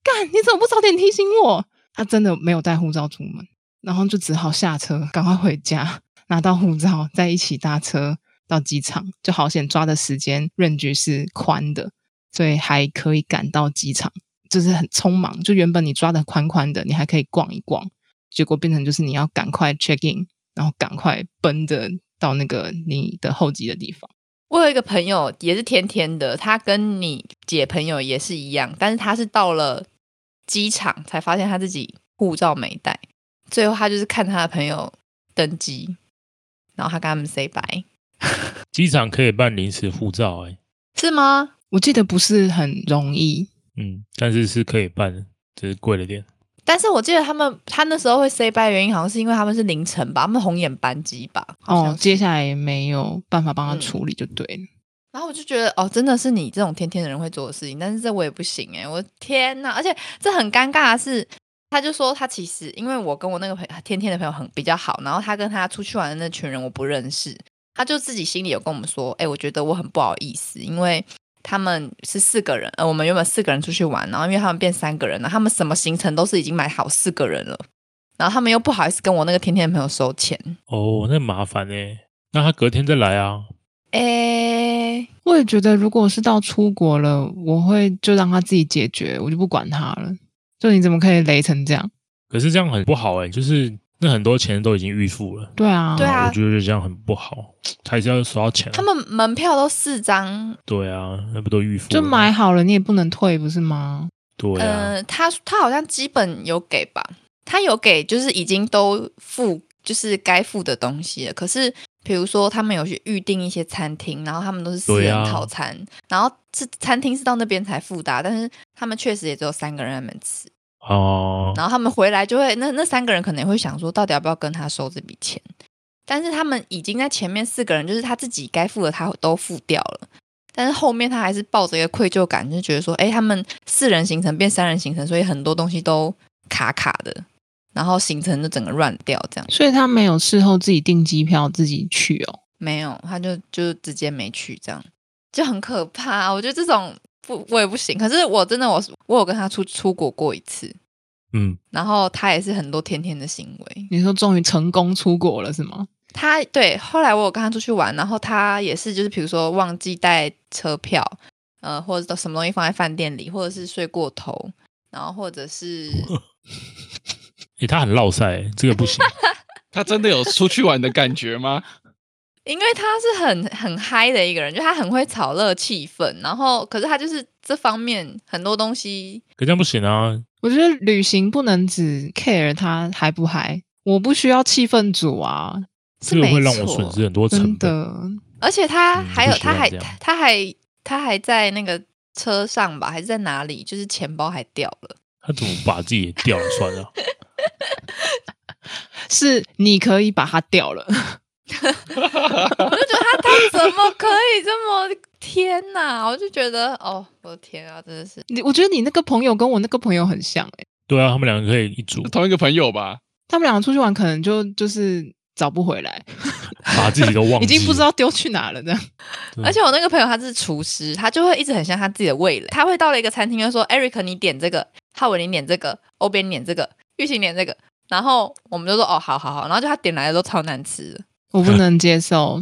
[SPEAKER 2] 干，你怎么不早点提醒我？”他真的没有带护照出门，然后就只好下车，赶快回家拿到护照，再一起搭车到机场。就好险抓的时间 range 是宽的，所以还可以赶到机场，就是很匆忙。就原本你抓的宽宽的，你还可以逛一逛，结果变成就是你要赶快 check in，然后赶快奔着到那个你的候机的地方。
[SPEAKER 1] 我有一个朋友也是天天的，他跟你姐朋友也是一样，但是他是到了机场才发现他自己护照没带，最后他就是看他的朋友登机，然后他跟他们 say bye，
[SPEAKER 3] 机场可以办临时护照、欸，哎，
[SPEAKER 1] 是吗？
[SPEAKER 2] 我记得不是很容易，
[SPEAKER 3] 嗯，但是是可以办的，只是贵了点。
[SPEAKER 1] 但是我记得他们他那时候会 say bye 的原因好像是因为他们是凌晨吧，他们红眼班机吧。好像
[SPEAKER 2] 哦，
[SPEAKER 1] 是
[SPEAKER 2] 接下来没有办法帮他
[SPEAKER 1] 嗯
[SPEAKER 2] 处理就对了。
[SPEAKER 1] 然后我就觉得，哦，真的是你这种天天的人会做的事情，但是这我也不行哎、我天呐！而且这很尴尬的是，他就说他其实因为我跟我那个朋友天天的朋友很比较好，然后他跟他出去玩的那群人我不认识，他就自己心里有跟我们说，哎、我觉得我很不好意思，因为他们是四个人，呃，我们原本四个人出去玩，然后因为他们变三个人了，他们什么行程都是已经买好四个人了，然后他们又不好意思跟我那个天天的朋友收钱，
[SPEAKER 3] 哦，那麻烦呢、那他隔天再来啊。
[SPEAKER 1] 哎、
[SPEAKER 2] 我也觉得，如果是到出国了，我会就让他自己解决，我就不管他了。就你怎么可以雷成这样？
[SPEAKER 3] 可是这样很不好哎、就是那很多钱都已经预付了。
[SPEAKER 2] 对啊，
[SPEAKER 1] 对啊
[SPEAKER 3] 我觉得这样很不好，他还是要收到钱、啊。
[SPEAKER 1] 他们门票都四张，
[SPEAKER 3] 对啊，那不都预付了
[SPEAKER 2] 就买好了，你也不能退，不是吗？
[SPEAKER 3] 对啊，
[SPEAKER 1] 呃，他他好像基本有给吧，他有给，就是已经都付，就是该付的东西了。可是比如说他们有去预定一些餐厅，然后他们都是四
[SPEAKER 3] 对
[SPEAKER 1] 人
[SPEAKER 3] 啊
[SPEAKER 1] 套餐，然后是餐厅是到那边才付的啊、但是他们确实也只有三个人在那边吃，
[SPEAKER 3] 哦，
[SPEAKER 1] 然后他们回来就会那那三个人可能也会想说，到底要不要跟他收这笔钱？但是他们已经在前面四个人，就是他自己该付的他都付掉了，但是后面他还是抱着一个愧疚感，就觉得说，哎，他们四人行程变三人行程，所以很多东西都卡卡的，然后行程就整个乱掉，这样
[SPEAKER 2] 所以他没有事后自己订机票自己去哦。
[SPEAKER 1] 没有，他就就直接没去这样。就很可怕。我觉得这种不我也不行。可是我真的我我有跟他出出国过一次，
[SPEAKER 3] 嗯，
[SPEAKER 1] 然后他也是很多天天的行为。
[SPEAKER 2] 你说终于成功出国了是吗？
[SPEAKER 1] 他对后来我有跟他出去玩，然后他也是就是比如说忘记带车票，呃，或者什么东西放在饭店里，或者是睡过头，然后或者 是
[SPEAKER 3] 诶、欸他很落塞、这个 不行。
[SPEAKER 4] 他真的有出去玩的感觉 吗？
[SPEAKER 1] 因为他是很很嗨的一个人，就他很会炒热气氛，然后可是他就是这方面很多东西，
[SPEAKER 3] 可这样不行啊！
[SPEAKER 2] 我觉得旅行不能只 care 他嗨不嗨，我不需要气氛组啊，
[SPEAKER 1] 是
[SPEAKER 3] 这个
[SPEAKER 1] 没
[SPEAKER 3] 会让我
[SPEAKER 1] 错
[SPEAKER 3] 损失很多成
[SPEAKER 2] 真
[SPEAKER 3] 本。
[SPEAKER 2] 的。
[SPEAKER 1] 而且他
[SPEAKER 3] 嗯
[SPEAKER 1] 还有、
[SPEAKER 3] 不喜
[SPEAKER 1] 他
[SPEAKER 3] 欢
[SPEAKER 1] 还
[SPEAKER 3] 这样
[SPEAKER 1] 他他还他还在那个车上吧，还是在哪里？就是钱包还掉了，
[SPEAKER 3] 他怎么把自己掉了算了？
[SPEAKER 2] 是你可以把它掉了，
[SPEAKER 1] 我就觉得他他怎么可以这么天哪！我就觉得哦，我的天啊，真的是
[SPEAKER 2] 你我觉得你那个朋友跟我那个朋友很像诶、
[SPEAKER 3] 对啊，他们两个可以一 组
[SPEAKER 4] 同一个朋友吧？
[SPEAKER 2] 他们两个出去玩可能就就是找不回来，
[SPEAKER 3] 把自己都忘记，
[SPEAKER 2] 已经不知道丢去哪了这样。
[SPEAKER 3] 嗯
[SPEAKER 1] 而且我那个朋友他是厨师，他就会一直很像他自己的味蕾，他会到了一个餐厅就说：“Eric，你点这个，浩文你点这个，欧边你点这个，玉琴点这个。”然后我们就说：“哦，好好好。”然后就他点来的都超难吃的。
[SPEAKER 2] 我不能接 受，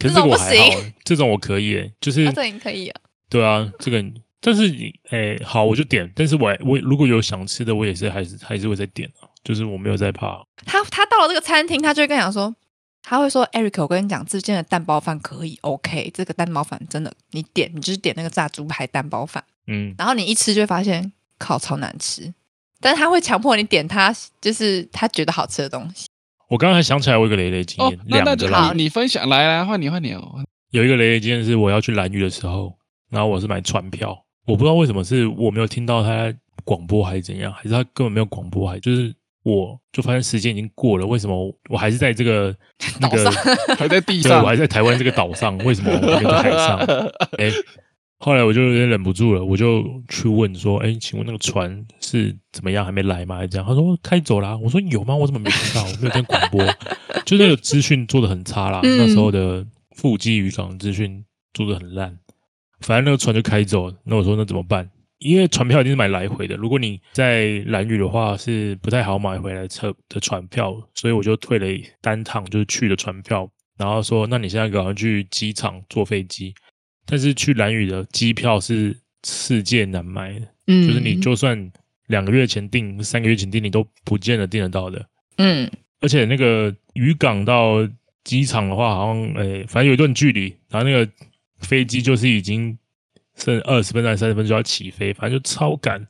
[SPEAKER 3] 可
[SPEAKER 1] 这
[SPEAKER 3] 是这
[SPEAKER 1] 种
[SPEAKER 3] 个我
[SPEAKER 1] 不
[SPEAKER 3] 还
[SPEAKER 1] 行
[SPEAKER 3] 好欸，这种我可以欸，就是
[SPEAKER 1] 啊，对，你可以啊。
[SPEAKER 3] 对啊，这个你但是你哎、好，我就点，但是我我如果有想吃的，我也是还是还是会再点啊，就是我没有在怕。
[SPEAKER 1] 他他到了这个餐厅，他就会跟你讲说，他会说：“Eric，我跟你讲，这间的蛋包饭可以 OK，这个蛋包饭真的，你点你就是点那个炸猪排蛋包饭，
[SPEAKER 3] 嗯，
[SPEAKER 1] 然后你一吃就会发现，靠，超难吃。”但是他会强迫你点他就是他觉得好吃的东西。
[SPEAKER 3] 我刚才想起来，我有一个累累经
[SPEAKER 4] 哦
[SPEAKER 3] 验，，
[SPEAKER 4] 那
[SPEAKER 3] 两
[SPEAKER 4] 那
[SPEAKER 3] 个
[SPEAKER 4] 就
[SPEAKER 3] 啦
[SPEAKER 4] 好，。你分享来来，换你换你哦。
[SPEAKER 3] 有一个雷雷经验是我要去蓝屿的时候，然后我是买船票，我不知道为什么是我没有听到他广播还是怎样，还是他根本没有广播，还就是我就发现时间已经过了，为什么我还是在这个那个
[SPEAKER 1] 岛上
[SPEAKER 4] 还在地
[SPEAKER 3] 对，
[SPEAKER 4] 上
[SPEAKER 3] 我，还在台湾这个岛上，为什么我 还没在海上？哎、后来我就有点忍不住了，我就去问说：“哎、请问那个船是怎么样？还没来吗？还是这样？”他说：“哦开走啦。”我说：“有吗？我怎么没听到？我没有听广播，就那个资讯做的很差啦。
[SPEAKER 1] 嗯
[SPEAKER 3] 那时候的腹肌渔港资讯做的很烂，反正那个船就开走了。那我说那怎么办？因为船票一定是买来回的，如果你在蓝屿的话是不太好买回来车的船票，所以我就退了单趟，就是去的船票，然后说那你现在赶快去机场坐飞机，但是去蓝屿的机票是世界难买的，
[SPEAKER 2] 嗯，
[SPEAKER 3] 就是你就算两个月前订、三个月前订，你都不见得订得到的。
[SPEAKER 1] 嗯，
[SPEAKER 3] 而且那个渔港到机场的话，好像诶、反正有一段距离，然后那个飞机就是已经剩二十分钟、三十分钟就要起飞，反正就超赶，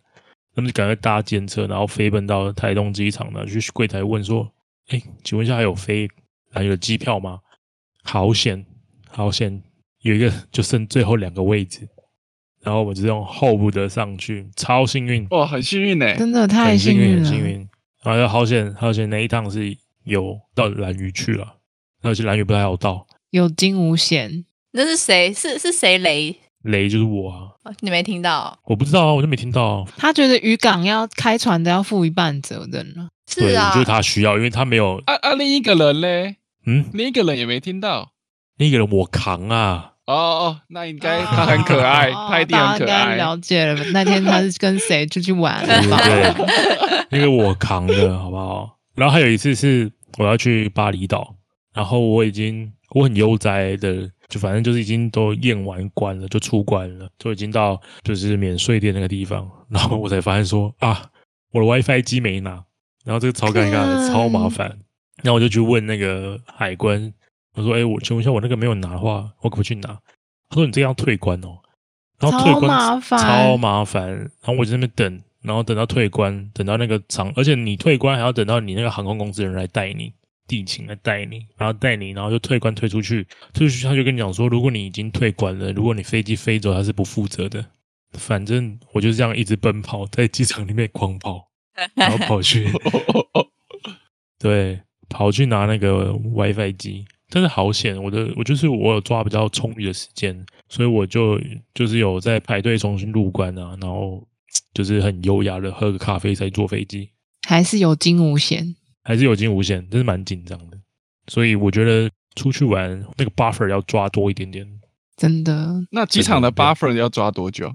[SPEAKER 3] 那么就赶快搭监车，然后飞奔到台东机场呢，去柜台问说：“哎、请问一下，还有飞还有机票吗？”好险，好险，有一个就剩最后两个位置，然后我就用候补的上去，超幸运，
[SPEAKER 4] 哇，很幸运呢。
[SPEAKER 2] 真的太
[SPEAKER 3] 很
[SPEAKER 2] 幸
[SPEAKER 3] 幸
[SPEAKER 2] 运啊了，
[SPEAKER 3] 运，哎很幸运。然后好险，好险那一趟是有到蓝屿去了，而且蓝屿不太好到，
[SPEAKER 2] 有惊无险。
[SPEAKER 1] 那是谁？是是谁雷？
[SPEAKER 3] 雷就是我啊，
[SPEAKER 1] 哦你没听到？
[SPEAKER 3] 我不知道啊，我就没听到、啊。
[SPEAKER 2] 他觉得渔港要开船的要负一半责任了，
[SPEAKER 1] 是啊，
[SPEAKER 3] 对，就是他需要，因为他没有，
[SPEAKER 4] 啊啊，另一个人嘞，
[SPEAKER 3] 嗯，
[SPEAKER 4] 另一个人也没听到。
[SPEAKER 3] 那个人我扛啊，
[SPEAKER 4] 哦哦，那应该他很可爱，
[SPEAKER 2] 哦
[SPEAKER 4] 他一定很
[SPEAKER 2] 大家
[SPEAKER 4] 可
[SPEAKER 2] 应该
[SPEAKER 4] 爱。
[SPEAKER 2] 了解了，那天他是跟谁出去玩
[SPEAKER 3] 对
[SPEAKER 2] 了
[SPEAKER 3] 不
[SPEAKER 2] 吧？
[SPEAKER 3] 对？那个我扛的好不好？然后还有一次是我要去巴厘岛，然后我已经我很悠哉的，就反正就是已经都验完关了，就出关了，就已经到就是免税店那个地方，然后我才发现说啊，我的 WiFi 机没拿，然后这个超尴尬的，
[SPEAKER 2] 干
[SPEAKER 3] 超麻烦。然后我就去问那个海关，我说：“哎、我请问一下，我那个没有拿的话，我可不可以去拿？”他说：“你这个要退关哦。”然后退
[SPEAKER 2] 超
[SPEAKER 3] 关
[SPEAKER 2] 麻烦
[SPEAKER 3] 超麻烦。然后我就在那边等，然后等到退关，等到那个场，而且你退关还要等到你那个航空公司的人来带你，地勤来带你，然后带你，然后就退关退出去，退出去他就跟你讲说，如果你已经退关了，如果你飞机飞走，他是不负责的。反正我就这样一直奔跑，在机场里面狂跑，然后跑去
[SPEAKER 4] 哦
[SPEAKER 3] 对，跑去拿那个 WiFi 机，但是好险，我的我就是我有抓比较充裕的时间，所以我就就是有在排队重新入关啊，然后就是很优雅的喝个咖啡才坐飞机，
[SPEAKER 2] 还是有惊无险。
[SPEAKER 3] 还是有惊无险，真是蛮紧张的。所以我觉得出去玩那个 buffer 要抓多一点点，
[SPEAKER 2] 真的
[SPEAKER 4] 那机场的 buffer 要抓多久？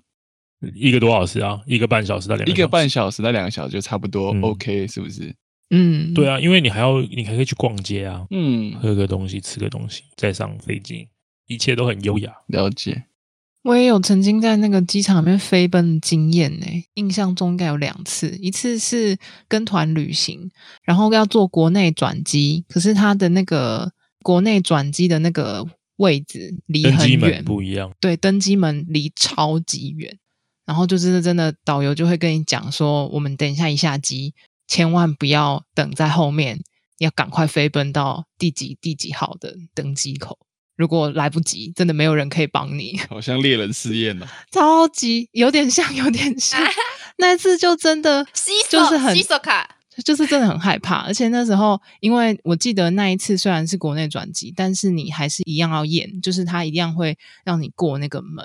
[SPEAKER 3] 一个多小时啊，一个半小时到两
[SPEAKER 4] 一
[SPEAKER 3] 个
[SPEAKER 4] 个半
[SPEAKER 3] 小时。
[SPEAKER 4] 小时到两个小时就差不多
[SPEAKER 3] 嗯
[SPEAKER 4] OK，是不是？
[SPEAKER 2] 嗯，
[SPEAKER 3] 对
[SPEAKER 2] 啊，
[SPEAKER 3] 啊，因为你还要，你还可以去逛街啊，
[SPEAKER 4] 嗯，
[SPEAKER 3] 喝个东西，吃个东西，再上飞机，一切都很优雅。
[SPEAKER 4] 了解。
[SPEAKER 2] 我也有曾经在那个机场里面飞奔的经验呢、印象中应该有两次，一次是跟团旅行，然后要坐国内转机，可是它的那个国内转机的那个位置离
[SPEAKER 3] 登
[SPEAKER 2] 很
[SPEAKER 3] 机门
[SPEAKER 2] 远，
[SPEAKER 3] 不一样，
[SPEAKER 2] 对，登机门离超级远，然后就是真的导游就会跟你讲说，我们等一下一下机，千万不要等在后面，要赶快飞奔到第几第几号的登机口。如果来不及，真的没有人可以帮你，
[SPEAKER 4] 好像猎人试验了，哦
[SPEAKER 2] 超级有点像， 有点像。那一次就真的
[SPEAKER 1] 西索
[SPEAKER 2] 就是很
[SPEAKER 1] 西索卡，
[SPEAKER 2] 就是真的很害怕，而且那时候，因为我记得那一次虽然是国内转机，但是你还是一样要验，就是他一样会让你过那个门，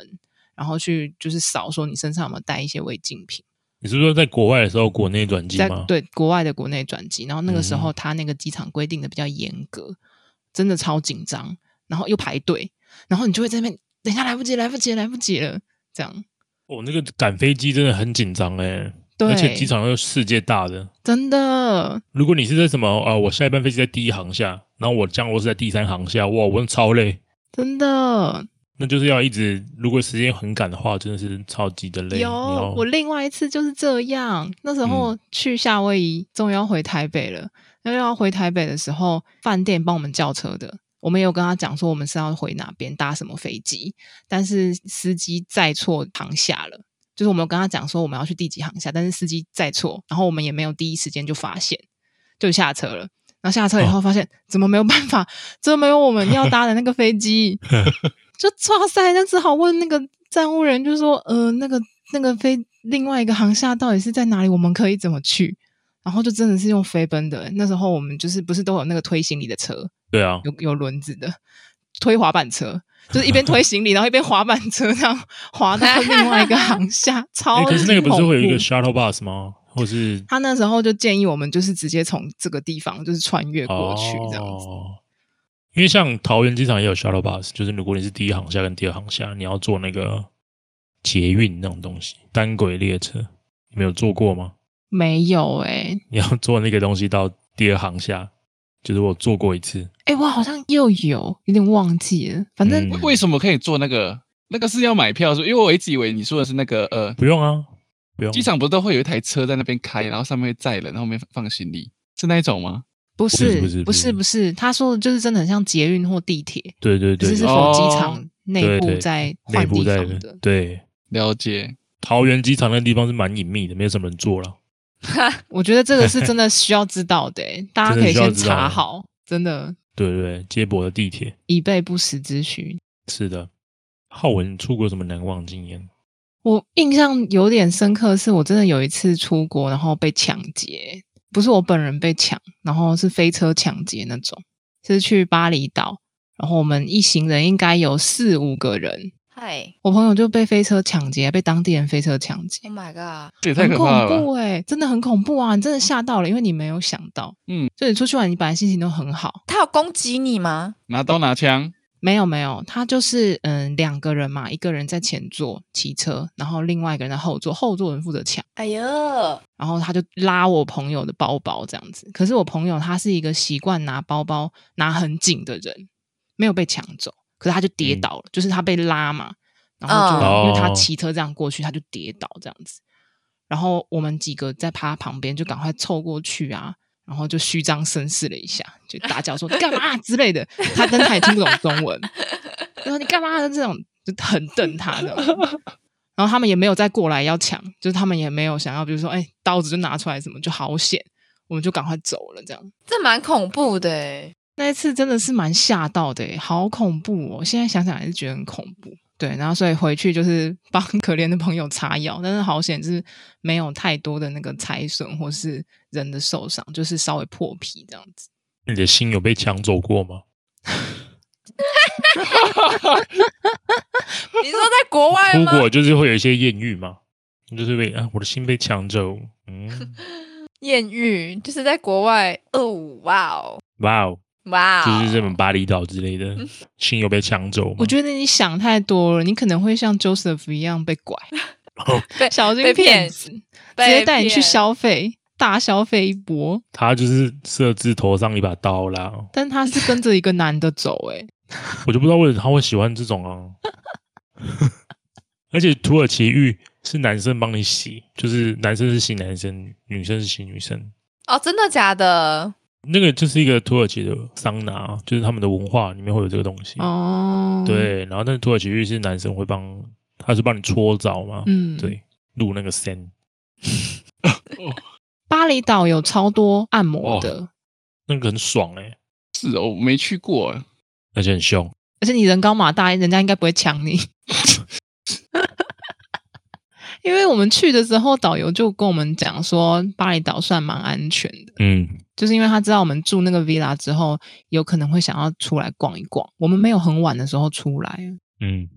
[SPEAKER 2] 然后去就是扫说你身上有没有带一些违禁品，
[SPEAKER 3] 你是说在国外的时候，国内转机
[SPEAKER 2] 在
[SPEAKER 3] 吗？，
[SPEAKER 2] 对国外的国内转机，然后那个时候
[SPEAKER 3] 嗯
[SPEAKER 2] 他那个机场规定的比较严格，真的超紧张，然后又排队，然后你就会在那边等一下来不及，来不及，来不及了，这样
[SPEAKER 3] 我、哦那个赶飞机真的很紧张哎，
[SPEAKER 2] 对，
[SPEAKER 3] 而且机场又是世界大的。
[SPEAKER 2] 真的
[SPEAKER 3] 如果你是在什么啊、呃我下一班飞机在第一航厦，然后我降落是在第三航厦，哇，我真的超累。
[SPEAKER 2] 真的
[SPEAKER 3] 那就是要一直，如果时间很赶的话，真的是超级的累。
[SPEAKER 2] 有，我另外一次就是这样。那时候去夏威夷，终于要回台北了。那要回台北的时候，饭店帮我们叫车的，我们有跟他讲说我们是要回哪边搭什么飞机，但是司机载错航厦了。就是我们有跟他讲说我们要去第几航厦，但是司机载错，然后我们也没有第一时间就发现，就下车了。然后下车以后发现、怎么没有办法，怎么没有我们要搭的那个飞机？就哇塞，那只好问那个站务人，就说呃，那个那个飞另外一个航厦到底是在哪里？我们可以怎么去？然后就真的是用飞奔的。那时候我们就是不是都有那个推行李的车，
[SPEAKER 3] 对啊，
[SPEAKER 2] 有有轮子的推滑板车，就是一边推行李，然后一边滑板车这样滑到另外一个航 厦，超
[SPEAKER 3] 哎，
[SPEAKER 2] 级
[SPEAKER 3] 可是那个不是会有一
[SPEAKER 2] 恐
[SPEAKER 3] 个
[SPEAKER 2] 怖
[SPEAKER 3] shuttle bus 吗？或是
[SPEAKER 2] 他那时候就建议我们就是直接从这个地方就是穿越过去这样子。
[SPEAKER 3] 哦因为像桃园机场也有 shuttle bus，就是如果你是第一航厦跟第二航厦，你要坐那个捷运那种东西，单轨列车，你没有坐过吗？
[SPEAKER 2] 没有哎、
[SPEAKER 3] 你要坐那个东西到第二航厦，就是我坐过一次，
[SPEAKER 2] 哎、我好像又有有点忘记了，反正、
[SPEAKER 3] 嗯
[SPEAKER 4] 为什么可以做那个？那个是要买票是不是？因为我一直以为你说的是那个呃，
[SPEAKER 3] 不用啊，不用。
[SPEAKER 4] 机场不是都会有一台车在那边开，然后上面会载人，然后没放行李，是那一种吗？
[SPEAKER 2] 不是
[SPEAKER 3] 不是
[SPEAKER 2] 不
[SPEAKER 3] 不
[SPEAKER 2] 是
[SPEAKER 3] 是
[SPEAKER 2] 不是，他说的就是真的很像捷运或地铁，
[SPEAKER 3] 对对
[SPEAKER 2] 只
[SPEAKER 3] 对
[SPEAKER 2] 是，是
[SPEAKER 3] 对
[SPEAKER 2] 否机
[SPEAKER 4] 哦
[SPEAKER 2] 场内
[SPEAKER 3] 对
[SPEAKER 2] 部
[SPEAKER 3] 对
[SPEAKER 2] 在
[SPEAKER 3] 内
[SPEAKER 2] 换
[SPEAKER 3] 部
[SPEAKER 2] 地
[SPEAKER 3] 在
[SPEAKER 2] 方的。
[SPEAKER 3] 对。
[SPEAKER 4] 了解，
[SPEAKER 3] 桃园机场那个地方是蛮隐秘的，没有什么人坐了。
[SPEAKER 2] 我觉得这个是真的需要知道的、 欸，大家
[SPEAKER 3] 真的
[SPEAKER 2] 可以
[SPEAKER 3] 需要
[SPEAKER 2] 先
[SPEAKER 3] 知道
[SPEAKER 2] 查好，真的
[SPEAKER 3] 对对对，接驳的地铁
[SPEAKER 2] 以备不时之需。
[SPEAKER 3] 是的。浩文出国有什么难忘经验？
[SPEAKER 2] 我印象有点深刻，是我真的有一次出国，然后被抢劫，不是我本人被抢，然后是飞车抢劫那种，是去巴厘岛，然后我们一行人应该有四五个人，
[SPEAKER 1] 嗨
[SPEAKER 2] 我朋友就被飞车抢劫，被当地人飞车抢劫，
[SPEAKER 1] ，Oh my god，
[SPEAKER 4] 这也太
[SPEAKER 2] 很
[SPEAKER 4] 可
[SPEAKER 2] 恐
[SPEAKER 4] 怕了吧！
[SPEAKER 2] 怖哎、真的很恐怖啊！你真的吓到了，因为你没有想到，
[SPEAKER 4] 嗯，
[SPEAKER 2] 就你出去玩，你本来心情都很好，
[SPEAKER 1] 他有攻击你吗？
[SPEAKER 4] 拿刀拿枪，
[SPEAKER 2] 没有没有，他就是嗯两个人嘛，一个人在前座骑车，然后另外一个人在后座，后座人负责抢。
[SPEAKER 1] 哎呦，
[SPEAKER 2] 然后他就拉我朋友的包包这样子。可是我朋友他是一个习惯拿包包拿很紧的人，没有被抢走，可是他就跌
[SPEAKER 3] 嗯
[SPEAKER 2] 倒了，就是他被拉嘛，然后就、
[SPEAKER 3] 哦
[SPEAKER 2] 因为他骑车这样过去，他就跌倒这样子。然后我们几个在他旁边就赶快凑过去啊，然后就虚张声势了一下，就大叫说你干嘛啊、之类的。他但他也听不懂中文，就说你干嘛啊、这种，就很瞪他的。然后他们也没有再过来要抢，就是他们也没有想要，比如说哎刀子就拿出来什么，就好险，我们就赶快走了这样。
[SPEAKER 1] 这蛮恐怖 的欸，
[SPEAKER 2] 那一次真的是蛮吓到的耶，好恐怖哦！现在想想还是觉得很恐怖。对，然后所以回去就是帮 可怜的朋友擦药，但是好险是没有太多的那个财损或是人的受伤，就是稍微破皮这样子。
[SPEAKER 3] 你的心有被抢走过吗？
[SPEAKER 1] 你说在国外
[SPEAKER 3] 出
[SPEAKER 1] 吗？
[SPEAKER 3] 国就是会有一些艳遇嘛，就是被啊，我的心被抢走。嗯，
[SPEAKER 1] 艳遇就是在国外，哦哇哦，
[SPEAKER 3] 哇哦，
[SPEAKER 1] 哇哦，
[SPEAKER 3] 就是这种巴厘岛之类的，亲友被抢走嘛。
[SPEAKER 1] 嗯
[SPEAKER 2] 我觉得你想太多了，你可能会像 Joseph 一样被 拐，
[SPEAKER 1] 哦被
[SPEAKER 2] 小心
[SPEAKER 1] 被
[SPEAKER 2] 骗
[SPEAKER 1] 骗
[SPEAKER 2] 子，直
[SPEAKER 1] 被
[SPEAKER 2] 接带你去
[SPEAKER 1] 骗
[SPEAKER 2] 消费，大消费一波。
[SPEAKER 3] 他就是设置头上一把刀啦，
[SPEAKER 2] 但他是跟着一个男的走、欸，
[SPEAKER 3] 我就不知道为什么他会喜欢这种啊。 而且土耳其浴是男生帮你洗，就是男生是洗男生，女生是洗女生。
[SPEAKER 1] 哦，真的假的？
[SPEAKER 3] 那个就是一个土耳其的桑拿，就是他们的文化里面会有这个东西。
[SPEAKER 1] 嗯
[SPEAKER 2] 哦，，
[SPEAKER 3] 对，然后那土耳其浴是男生会帮，他是帮你搓澡嘛，
[SPEAKER 2] 嗯，。
[SPEAKER 3] 对，露那个身，
[SPEAKER 2] 巴厘岛有超多按摩
[SPEAKER 4] 哦
[SPEAKER 2] 的，
[SPEAKER 3] 那个很爽哎、
[SPEAKER 4] 是哦，我没去过欸，
[SPEAKER 3] 而且很凶。
[SPEAKER 2] 而且你人高马大，人家应该不会抢你。 因为我们去的时候，导游就跟我们讲说，巴厘岛算蛮安全的，
[SPEAKER 3] 嗯，
[SPEAKER 2] 就是因为他知道我们住那个 villa 之后，有可能会想要出来逛一逛。我们没有很晚的时候出来，
[SPEAKER 3] 嗯，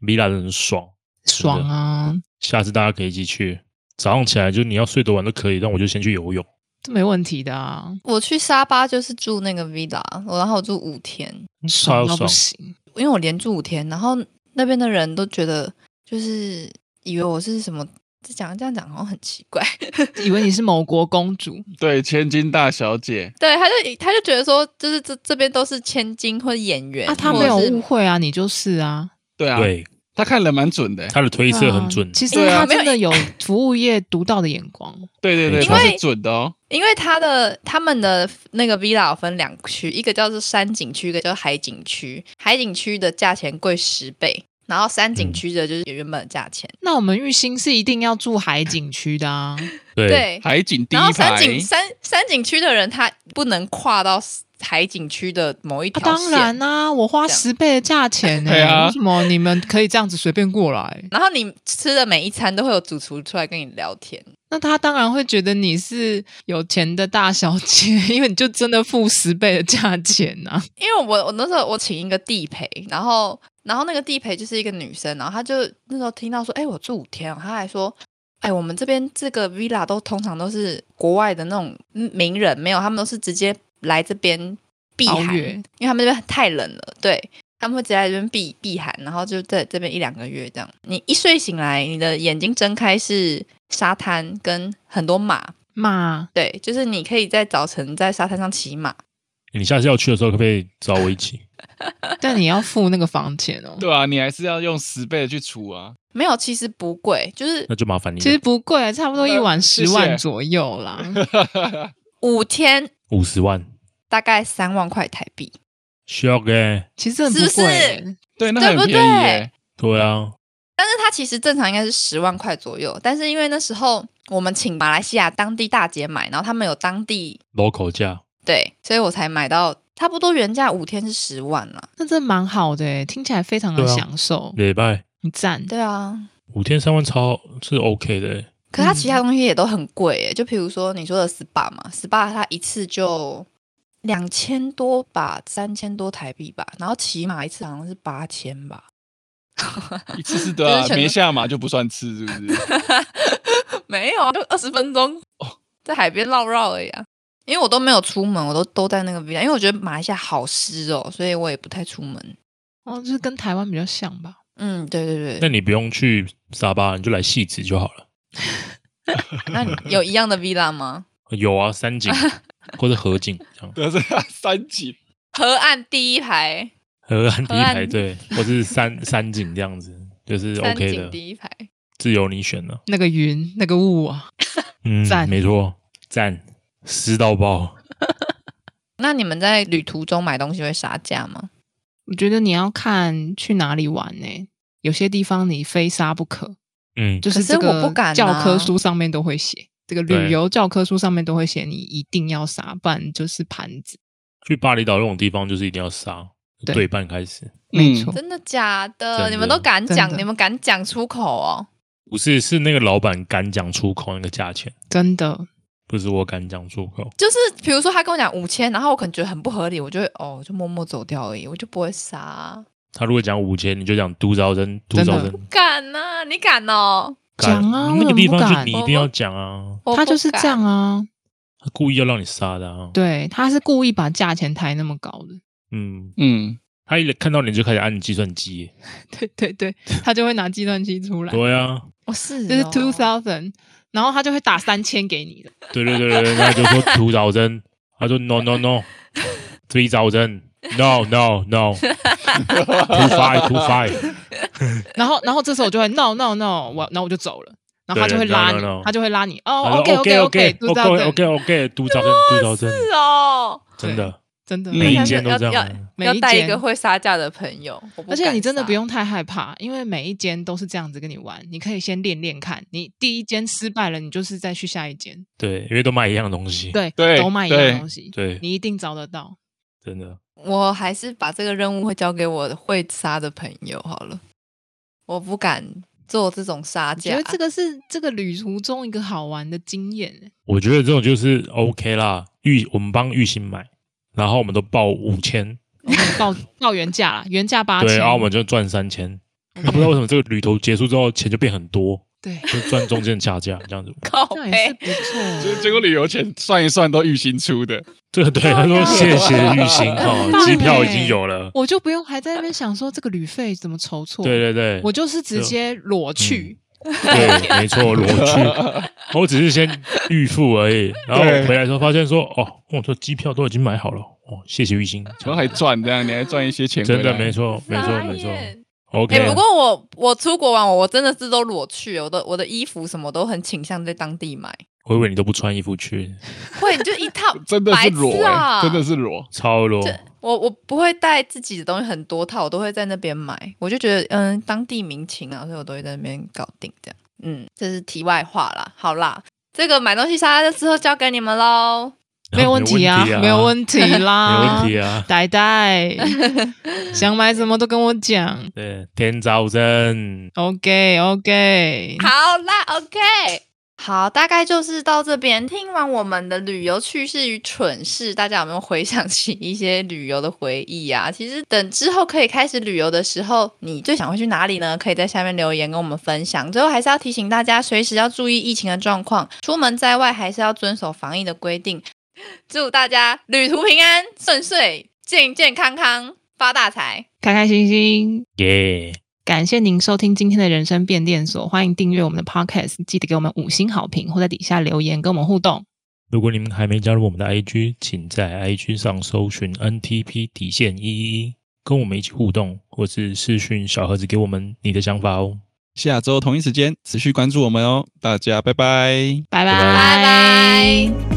[SPEAKER 3] 米拉人很爽，
[SPEAKER 2] 爽啊，
[SPEAKER 3] 下次大家可以一起去。早上起来就你要睡多晚都可以，但我就先去游泳。
[SPEAKER 2] 这没问题的啊，
[SPEAKER 1] 我去沙巴就是住那个 villa，我然后我住五天，
[SPEAKER 3] 超
[SPEAKER 2] 到啊不
[SPEAKER 3] 爽
[SPEAKER 2] 行。
[SPEAKER 1] 因为我连住五天，然后那边的人都觉得就是以为我是什么，这讲这样讲好像很奇怪，
[SPEAKER 2] 以为你是某国公主，
[SPEAKER 4] 对，千金大小姐，
[SPEAKER 1] 对，他就他就觉得说，就是这这边都是千金或者演员，
[SPEAKER 2] 啊，他
[SPEAKER 1] 或
[SPEAKER 2] 没
[SPEAKER 1] 者
[SPEAKER 2] 有
[SPEAKER 1] 是
[SPEAKER 2] 误会啊，你就是啊。
[SPEAKER 4] 对啊，
[SPEAKER 3] 对，
[SPEAKER 4] 他看了蛮准的欸，
[SPEAKER 3] 他的推测很准
[SPEAKER 2] 啊。其实
[SPEAKER 4] 对啊
[SPEAKER 2] 他
[SPEAKER 1] 没有
[SPEAKER 2] 真的有服务业独到的眼光。
[SPEAKER 4] 对对对，
[SPEAKER 3] 因
[SPEAKER 4] 他
[SPEAKER 1] 为
[SPEAKER 4] 是准的哦。
[SPEAKER 1] 因为他的他们的那个 villa 有分两区，一个叫做山景区，一个叫海景区。海景区的价钱贵十倍，然后山
[SPEAKER 4] 嗯
[SPEAKER 1] 景区的就是原本的价钱。
[SPEAKER 2] 那我们玉兴是一定要住海景区 的啊。
[SPEAKER 3] 对，
[SPEAKER 1] 对，
[SPEAKER 4] 海景第
[SPEAKER 1] 然后
[SPEAKER 4] 一
[SPEAKER 1] 山
[SPEAKER 4] 排，
[SPEAKER 1] 景山山景区的人他不能跨到海景区的某一条
[SPEAKER 2] 啊、当
[SPEAKER 1] 线。
[SPEAKER 2] 然啦、我花
[SPEAKER 1] 这样
[SPEAKER 2] 十倍的价钱呢、
[SPEAKER 4] 对啊
[SPEAKER 2] 为什么你们可以这样子随便过来？
[SPEAKER 1] 然后你吃的每一餐都会有主厨出来跟你聊天，
[SPEAKER 2] 那他当然会觉得你是有钱的大小姐，因为你就真的付十倍的价钱 呐、啊。
[SPEAKER 1] 因为我我那时候我请一个地陪，然后然后那个地陪就是一个女生，然后她就那时候听到说，哎、我住五天、哦，她还说，哎、我们这边这个 villa 都通常都是国外的那种嗯名人，没有，他们都是直接来这边避
[SPEAKER 2] 包
[SPEAKER 1] 寒，
[SPEAKER 2] 月
[SPEAKER 1] 因为他们这边太冷了，对。他们会直接来这边避避寒，然后就在这边一两个月这样。你一睡醒来，你的眼睛睁开是沙滩跟很多马，
[SPEAKER 2] 妈，
[SPEAKER 1] 对，就是你可以在早晨在沙滩上骑马，
[SPEAKER 3] 你下次要去的时候，可不可以找我一起？
[SPEAKER 2] 但你要付那个房钱哦。
[SPEAKER 4] 对啊，你还是要用十倍的去除啊。
[SPEAKER 1] 没有，其实不贵，就是
[SPEAKER 3] 那就麻烦你
[SPEAKER 2] 其实不贵，差不多一晚
[SPEAKER 4] 谢
[SPEAKER 2] 十
[SPEAKER 4] 谢
[SPEAKER 2] 万左右啦。
[SPEAKER 1] 五天
[SPEAKER 3] 五十万，
[SPEAKER 1] 大概三万块台币，
[SPEAKER 3] 需要欸给
[SPEAKER 2] 其实真的
[SPEAKER 1] 是
[SPEAKER 2] 不
[SPEAKER 1] 不是
[SPEAKER 2] 贵、
[SPEAKER 4] 对，那
[SPEAKER 1] 对
[SPEAKER 4] 很
[SPEAKER 1] 不
[SPEAKER 4] 便宜
[SPEAKER 1] 对
[SPEAKER 4] 耶。
[SPEAKER 3] 对啊，
[SPEAKER 1] 但是它其实正常应该是十万块左右，但是因为那时候我们请马来西亚当地大姐买，然后他们有当地
[SPEAKER 3] local 价，
[SPEAKER 1] 对，所以我才买到差不多原价五天是十万啦。
[SPEAKER 2] 那真蛮好的、欸，听起来非常的
[SPEAKER 3] 对啊
[SPEAKER 2] 享受，
[SPEAKER 3] 礼拜
[SPEAKER 2] 很赞。
[SPEAKER 1] 对啊，
[SPEAKER 3] 五天三万超是 OK 的、欸，
[SPEAKER 1] 可它其他东西也都很贵耶、就比如说你说的 SPA 嘛，SPA 它一次就两千多吧，三千多台币吧，然后骑马一次好像是八千吧，
[SPEAKER 4] 一次 是对啊
[SPEAKER 1] 就是，全都
[SPEAKER 4] 没下马就不算吃，是 不是？
[SPEAKER 1] 没有啊，就二十分钟，
[SPEAKER 3] 哦
[SPEAKER 1] 在海边绕绕而已啊。因为我都没有出门，我都都在那个 villa，因为我觉得马来西亚好湿哦，所以我也不太出门。
[SPEAKER 2] 哦，就是跟台湾比较像吧。
[SPEAKER 1] 嗯，对对
[SPEAKER 3] 那
[SPEAKER 1] 对，
[SPEAKER 3] 你不用去沙巴，你就来戏子就好了。
[SPEAKER 1] 那你有一样的 villa 吗？
[SPEAKER 3] 有啊，山景或者河景这样，
[SPEAKER 4] 得是啊三级
[SPEAKER 1] 河岸第一排，
[SPEAKER 3] 河岸第一
[SPEAKER 1] 河
[SPEAKER 3] 排
[SPEAKER 1] 岸
[SPEAKER 3] 对，或是山 山景这样子，就是
[SPEAKER 1] 山
[SPEAKER 3] OK
[SPEAKER 1] 景
[SPEAKER 3] 的，
[SPEAKER 1] 第一排。
[SPEAKER 3] 自由你选的。
[SPEAKER 2] 那个云，那个雾啊，
[SPEAKER 3] 嗯，
[SPEAKER 2] 赞
[SPEAKER 3] 没错，赞，湿到爆。
[SPEAKER 1] 那你们在旅途中买东西会杀价吗？
[SPEAKER 2] 我觉得你要看去哪里玩呢、有些地方你非杀不可，
[SPEAKER 3] 嗯，
[SPEAKER 2] 就是
[SPEAKER 1] 可是
[SPEAKER 2] 这个
[SPEAKER 1] 我不敢啊
[SPEAKER 2] 教科书上面都会写，这个
[SPEAKER 3] 对
[SPEAKER 2] 旅游教科书上面都会写，你一定要杀，不然就是盘子。
[SPEAKER 3] 去巴厘岛那种地方就是一定要杀，
[SPEAKER 2] 对
[SPEAKER 3] 对半开始。
[SPEAKER 2] 没
[SPEAKER 4] 嗯
[SPEAKER 2] 错，
[SPEAKER 1] 真的假的？
[SPEAKER 3] 哦真的
[SPEAKER 1] 你们都敢
[SPEAKER 2] 真
[SPEAKER 1] 讲，
[SPEAKER 2] 的
[SPEAKER 1] 你们敢讲出口哦？
[SPEAKER 3] 不是，是那个老板敢讲出口那个价钱，
[SPEAKER 2] 真的。
[SPEAKER 3] 不是我敢讲出口。
[SPEAKER 1] 就是比如说他跟我讲五千，然后我可能觉得很不合理，我就会哦，就默默走掉而已，我就不会杀啊。
[SPEAKER 3] 他如果讲五千，你就讲多少人，多少
[SPEAKER 2] 真
[SPEAKER 3] 人。
[SPEAKER 1] 敢呐、你敢哦？
[SPEAKER 3] 敢
[SPEAKER 2] 讲啊
[SPEAKER 3] 那
[SPEAKER 2] 我
[SPEAKER 3] 个
[SPEAKER 2] 很
[SPEAKER 3] 地
[SPEAKER 2] 不
[SPEAKER 3] 方就
[SPEAKER 2] 敢
[SPEAKER 3] 你一定要讲啊。
[SPEAKER 1] 我
[SPEAKER 2] 他
[SPEAKER 1] 不
[SPEAKER 2] 就是
[SPEAKER 1] 敢
[SPEAKER 2] 这样啊，
[SPEAKER 3] 故意要让你杀的啊。，
[SPEAKER 2] 对，他是故意把价钱抬那么高的。
[SPEAKER 3] 嗯，
[SPEAKER 4] 嗯，
[SPEAKER 3] 他一看到你就开始按计算机耶，
[SPEAKER 2] 对对对，他就会拿计算器出来，
[SPEAKER 3] 对啊，
[SPEAKER 1] 哦是，
[SPEAKER 2] 就是 two thousand，然后他就会打三千给你的。
[SPEAKER 3] 对对对对对，然后就说 two thousand，他说 no no no，three thousand。No no no, two five two five，
[SPEAKER 2] 然后然后这时候我就会 no no no，我然后我就走了，然后他就会
[SPEAKER 3] 对
[SPEAKER 2] 拉你
[SPEAKER 3] no, no, no
[SPEAKER 2] 他就会拉你哦
[SPEAKER 3] 他说
[SPEAKER 2] OK OK
[SPEAKER 3] OK
[SPEAKER 2] OK，two thousand，
[SPEAKER 3] OK OK two thousand two
[SPEAKER 1] 是
[SPEAKER 3] thousand，
[SPEAKER 1] 哦，
[SPEAKER 3] 真的
[SPEAKER 2] 真的，
[SPEAKER 4] 每
[SPEAKER 3] 每
[SPEAKER 4] 一
[SPEAKER 3] 一
[SPEAKER 1] 间
[SPEAKER 3] 间
[SPEAKER 1] 都
[SPEAKER 3] 都
[SPEAKER 1] 这
[SPEAKER 3] 这
[SPEAKER 1] 样
[SPEAKER 3] 样。
[SPEAKER 2] 每
[SPEAKER 1] 要
[SPEAKER 2] 一
[SPEAKER 1] 带一
[SPEAKER 2] 间
[SPEAKER 1] 个会杀价的朋友，我不
[SPEAKER 2] 而且
[SPEAKER 1] 敢
[SPEAKER 2] 你真的
[SPEAKER 1] 杀
[SPEAKER 2] 不用太害怕，因为每一间都是这样子跟你玩，你可以先练练看。你第一间失败了，你就是再去下一间，
[SPEAKER 3] 对，因为都卖一样东西。
[SPEAKER 2] 对，
[SPEAKER 4] 对
[SPEAKER 2] 都卖一样
[SPEAKER 4] 对
[SPEAKER 2] 东西，
[SPEAKER 3] 对，
[SPEAKER 2] 你一定找得到。
[SPEAKER 3] 真的，
[SPEAKER 1] 我还是把这个任务会交给我会杀的朋友好了，我不敢做这种杀
[SPEAKER 2] 我觉
[SPEAKER 1] 价
[SPEAKER 2] 得。这个是这个旅途中一个好玩的经验。欸
[SPEAKER 3] 我觉得这种就是哦 OK 啦。玉，我们帮玉鑫买，然后我们都报五千，
[SPEAKER 2] 我们报报原价啦，原价八
[SPEAKER 3] 对，
[SPEAKER 2] 千，
[SPEAKER 3] 然后我们就赚三千。不知道为什么这个旅途结束之后钱就变很多，
[SPEAKER 2] 对，
[SPEAKER 3] 就赚中间的价价这样子。
[SPEAKER 1] 靠
[SPEAKER 2] 这样也是
[SPEAKER 1] 背，
[SPEAKER 2] 不错。
[SPEAKER 4] 嗯
[SPEAKER 2] 啊
[SPEAKER 4] 结结果旅游钱算一算都预薪出的，
[SPEAKER 3] 这个对
[SPEAKER 2] 哦
[SPEAKER 3] 他说
[SPEAKER 2] 啊
[SPEAKER 3] 谢谢玉鑫
[SPEAKER 2] 很棒
[SPEAKER 3] 哈，机票已
[SPEAKER 2] 欸
[SPEAKER 3] 经有了。
[SPEAKER 2] 我就不用还在那边想说这个旅费怎么筹措，
[SPEAKER 3] 对对对，
[SPEAKER 2] 我就是直接裸去，
[SPEAKER 3] 对，没错，裸去，我只是先预付而已，然后
[SPEAKER 4] 对
[SPEAKER 3] 我回来的时候发现说，哦，我说机票都已经买好了，哦，谢谢玉鑫，
[SPEAKER 4] 然后还赚这样，你还赚一些钱回
[SPEAKER 3] 真
[SPEAKER 4] 来，
[SPEAKER 3] 的没错，没错，没错
[SPEAKER 1] 傻眼
[SPEAKER 3] ，OK
[SPEAKER 1] 哎、
[SPEAKER 3] 啊。
[SPEAKER 1] 不过我我出国玩，我真的是都裸去，我的我的衣服什么都很倾向在当地买，
[SPEAKER 3] 我以为你都不穿衣服去，
[SPEAKER 1] 会你就一套
[SPEAKER 4] 真的是
[SPEAKER 1] 白
[SPEAKER 4] 裸
[SPEAKER 1] 痴啊，
[SPEAKER 4] 欸，真的是裸，
[SPEAKER 3] 超裸，
[SPEAKER 1] 我我不会带自己的东西很多套，我都会在那边买。我就觉得，嗯，当地民情啊，所以我都会在那边搞定这样。嗯，这是题外话啦。好啦，这个买东西杀价之后交给你们喽。
[SPEAKER 2] 没有问题啊，没有问题啦，
[SPEAKER 3] 没问题啊。
[SPEAKER 2] 呆呆，想买什么都跟我讲。
[SPEAKER 3] 对，天早晨，
[SPEAKER 2] OK OK，
[SPEAKER 1] 好啦，OK，好，大概就是到这边。听完我们的旅游趣事与蠢事，大家有没有回想起一些旅游的回忆啊？其实等之后可以开始旅游的时候，你最想会去哪里呢？可以在下面留言跟我们分享。最后还是要提醒大家，随时要注意疫情的状况，出门在外还是要遵守防疫的规定。祝大家旅途平安顺遂，健健康康，发大财！
[SPEAKER 2] 开开心心。
[SPEAKER 3] 耶！
[SPEAKER 2] 感谢您收听今天的人生变电所，欢迎订阅我们的 Podcast，记得给我们五星好评或在底下留言跟我们互动。
[SPEAKER 3] 如果你们还没加入我们的 IG，请在 IG 上搜寻 NTP 底线一一一，跟我们一起互动，或是私讯小盒子给我们你的想法哦。
[SPEAKER 4] 下周同一时间持续关注我们哦，大家拜拜。
[SPEAKER 2] 拜拜
[SPEAKER 1] 拜拜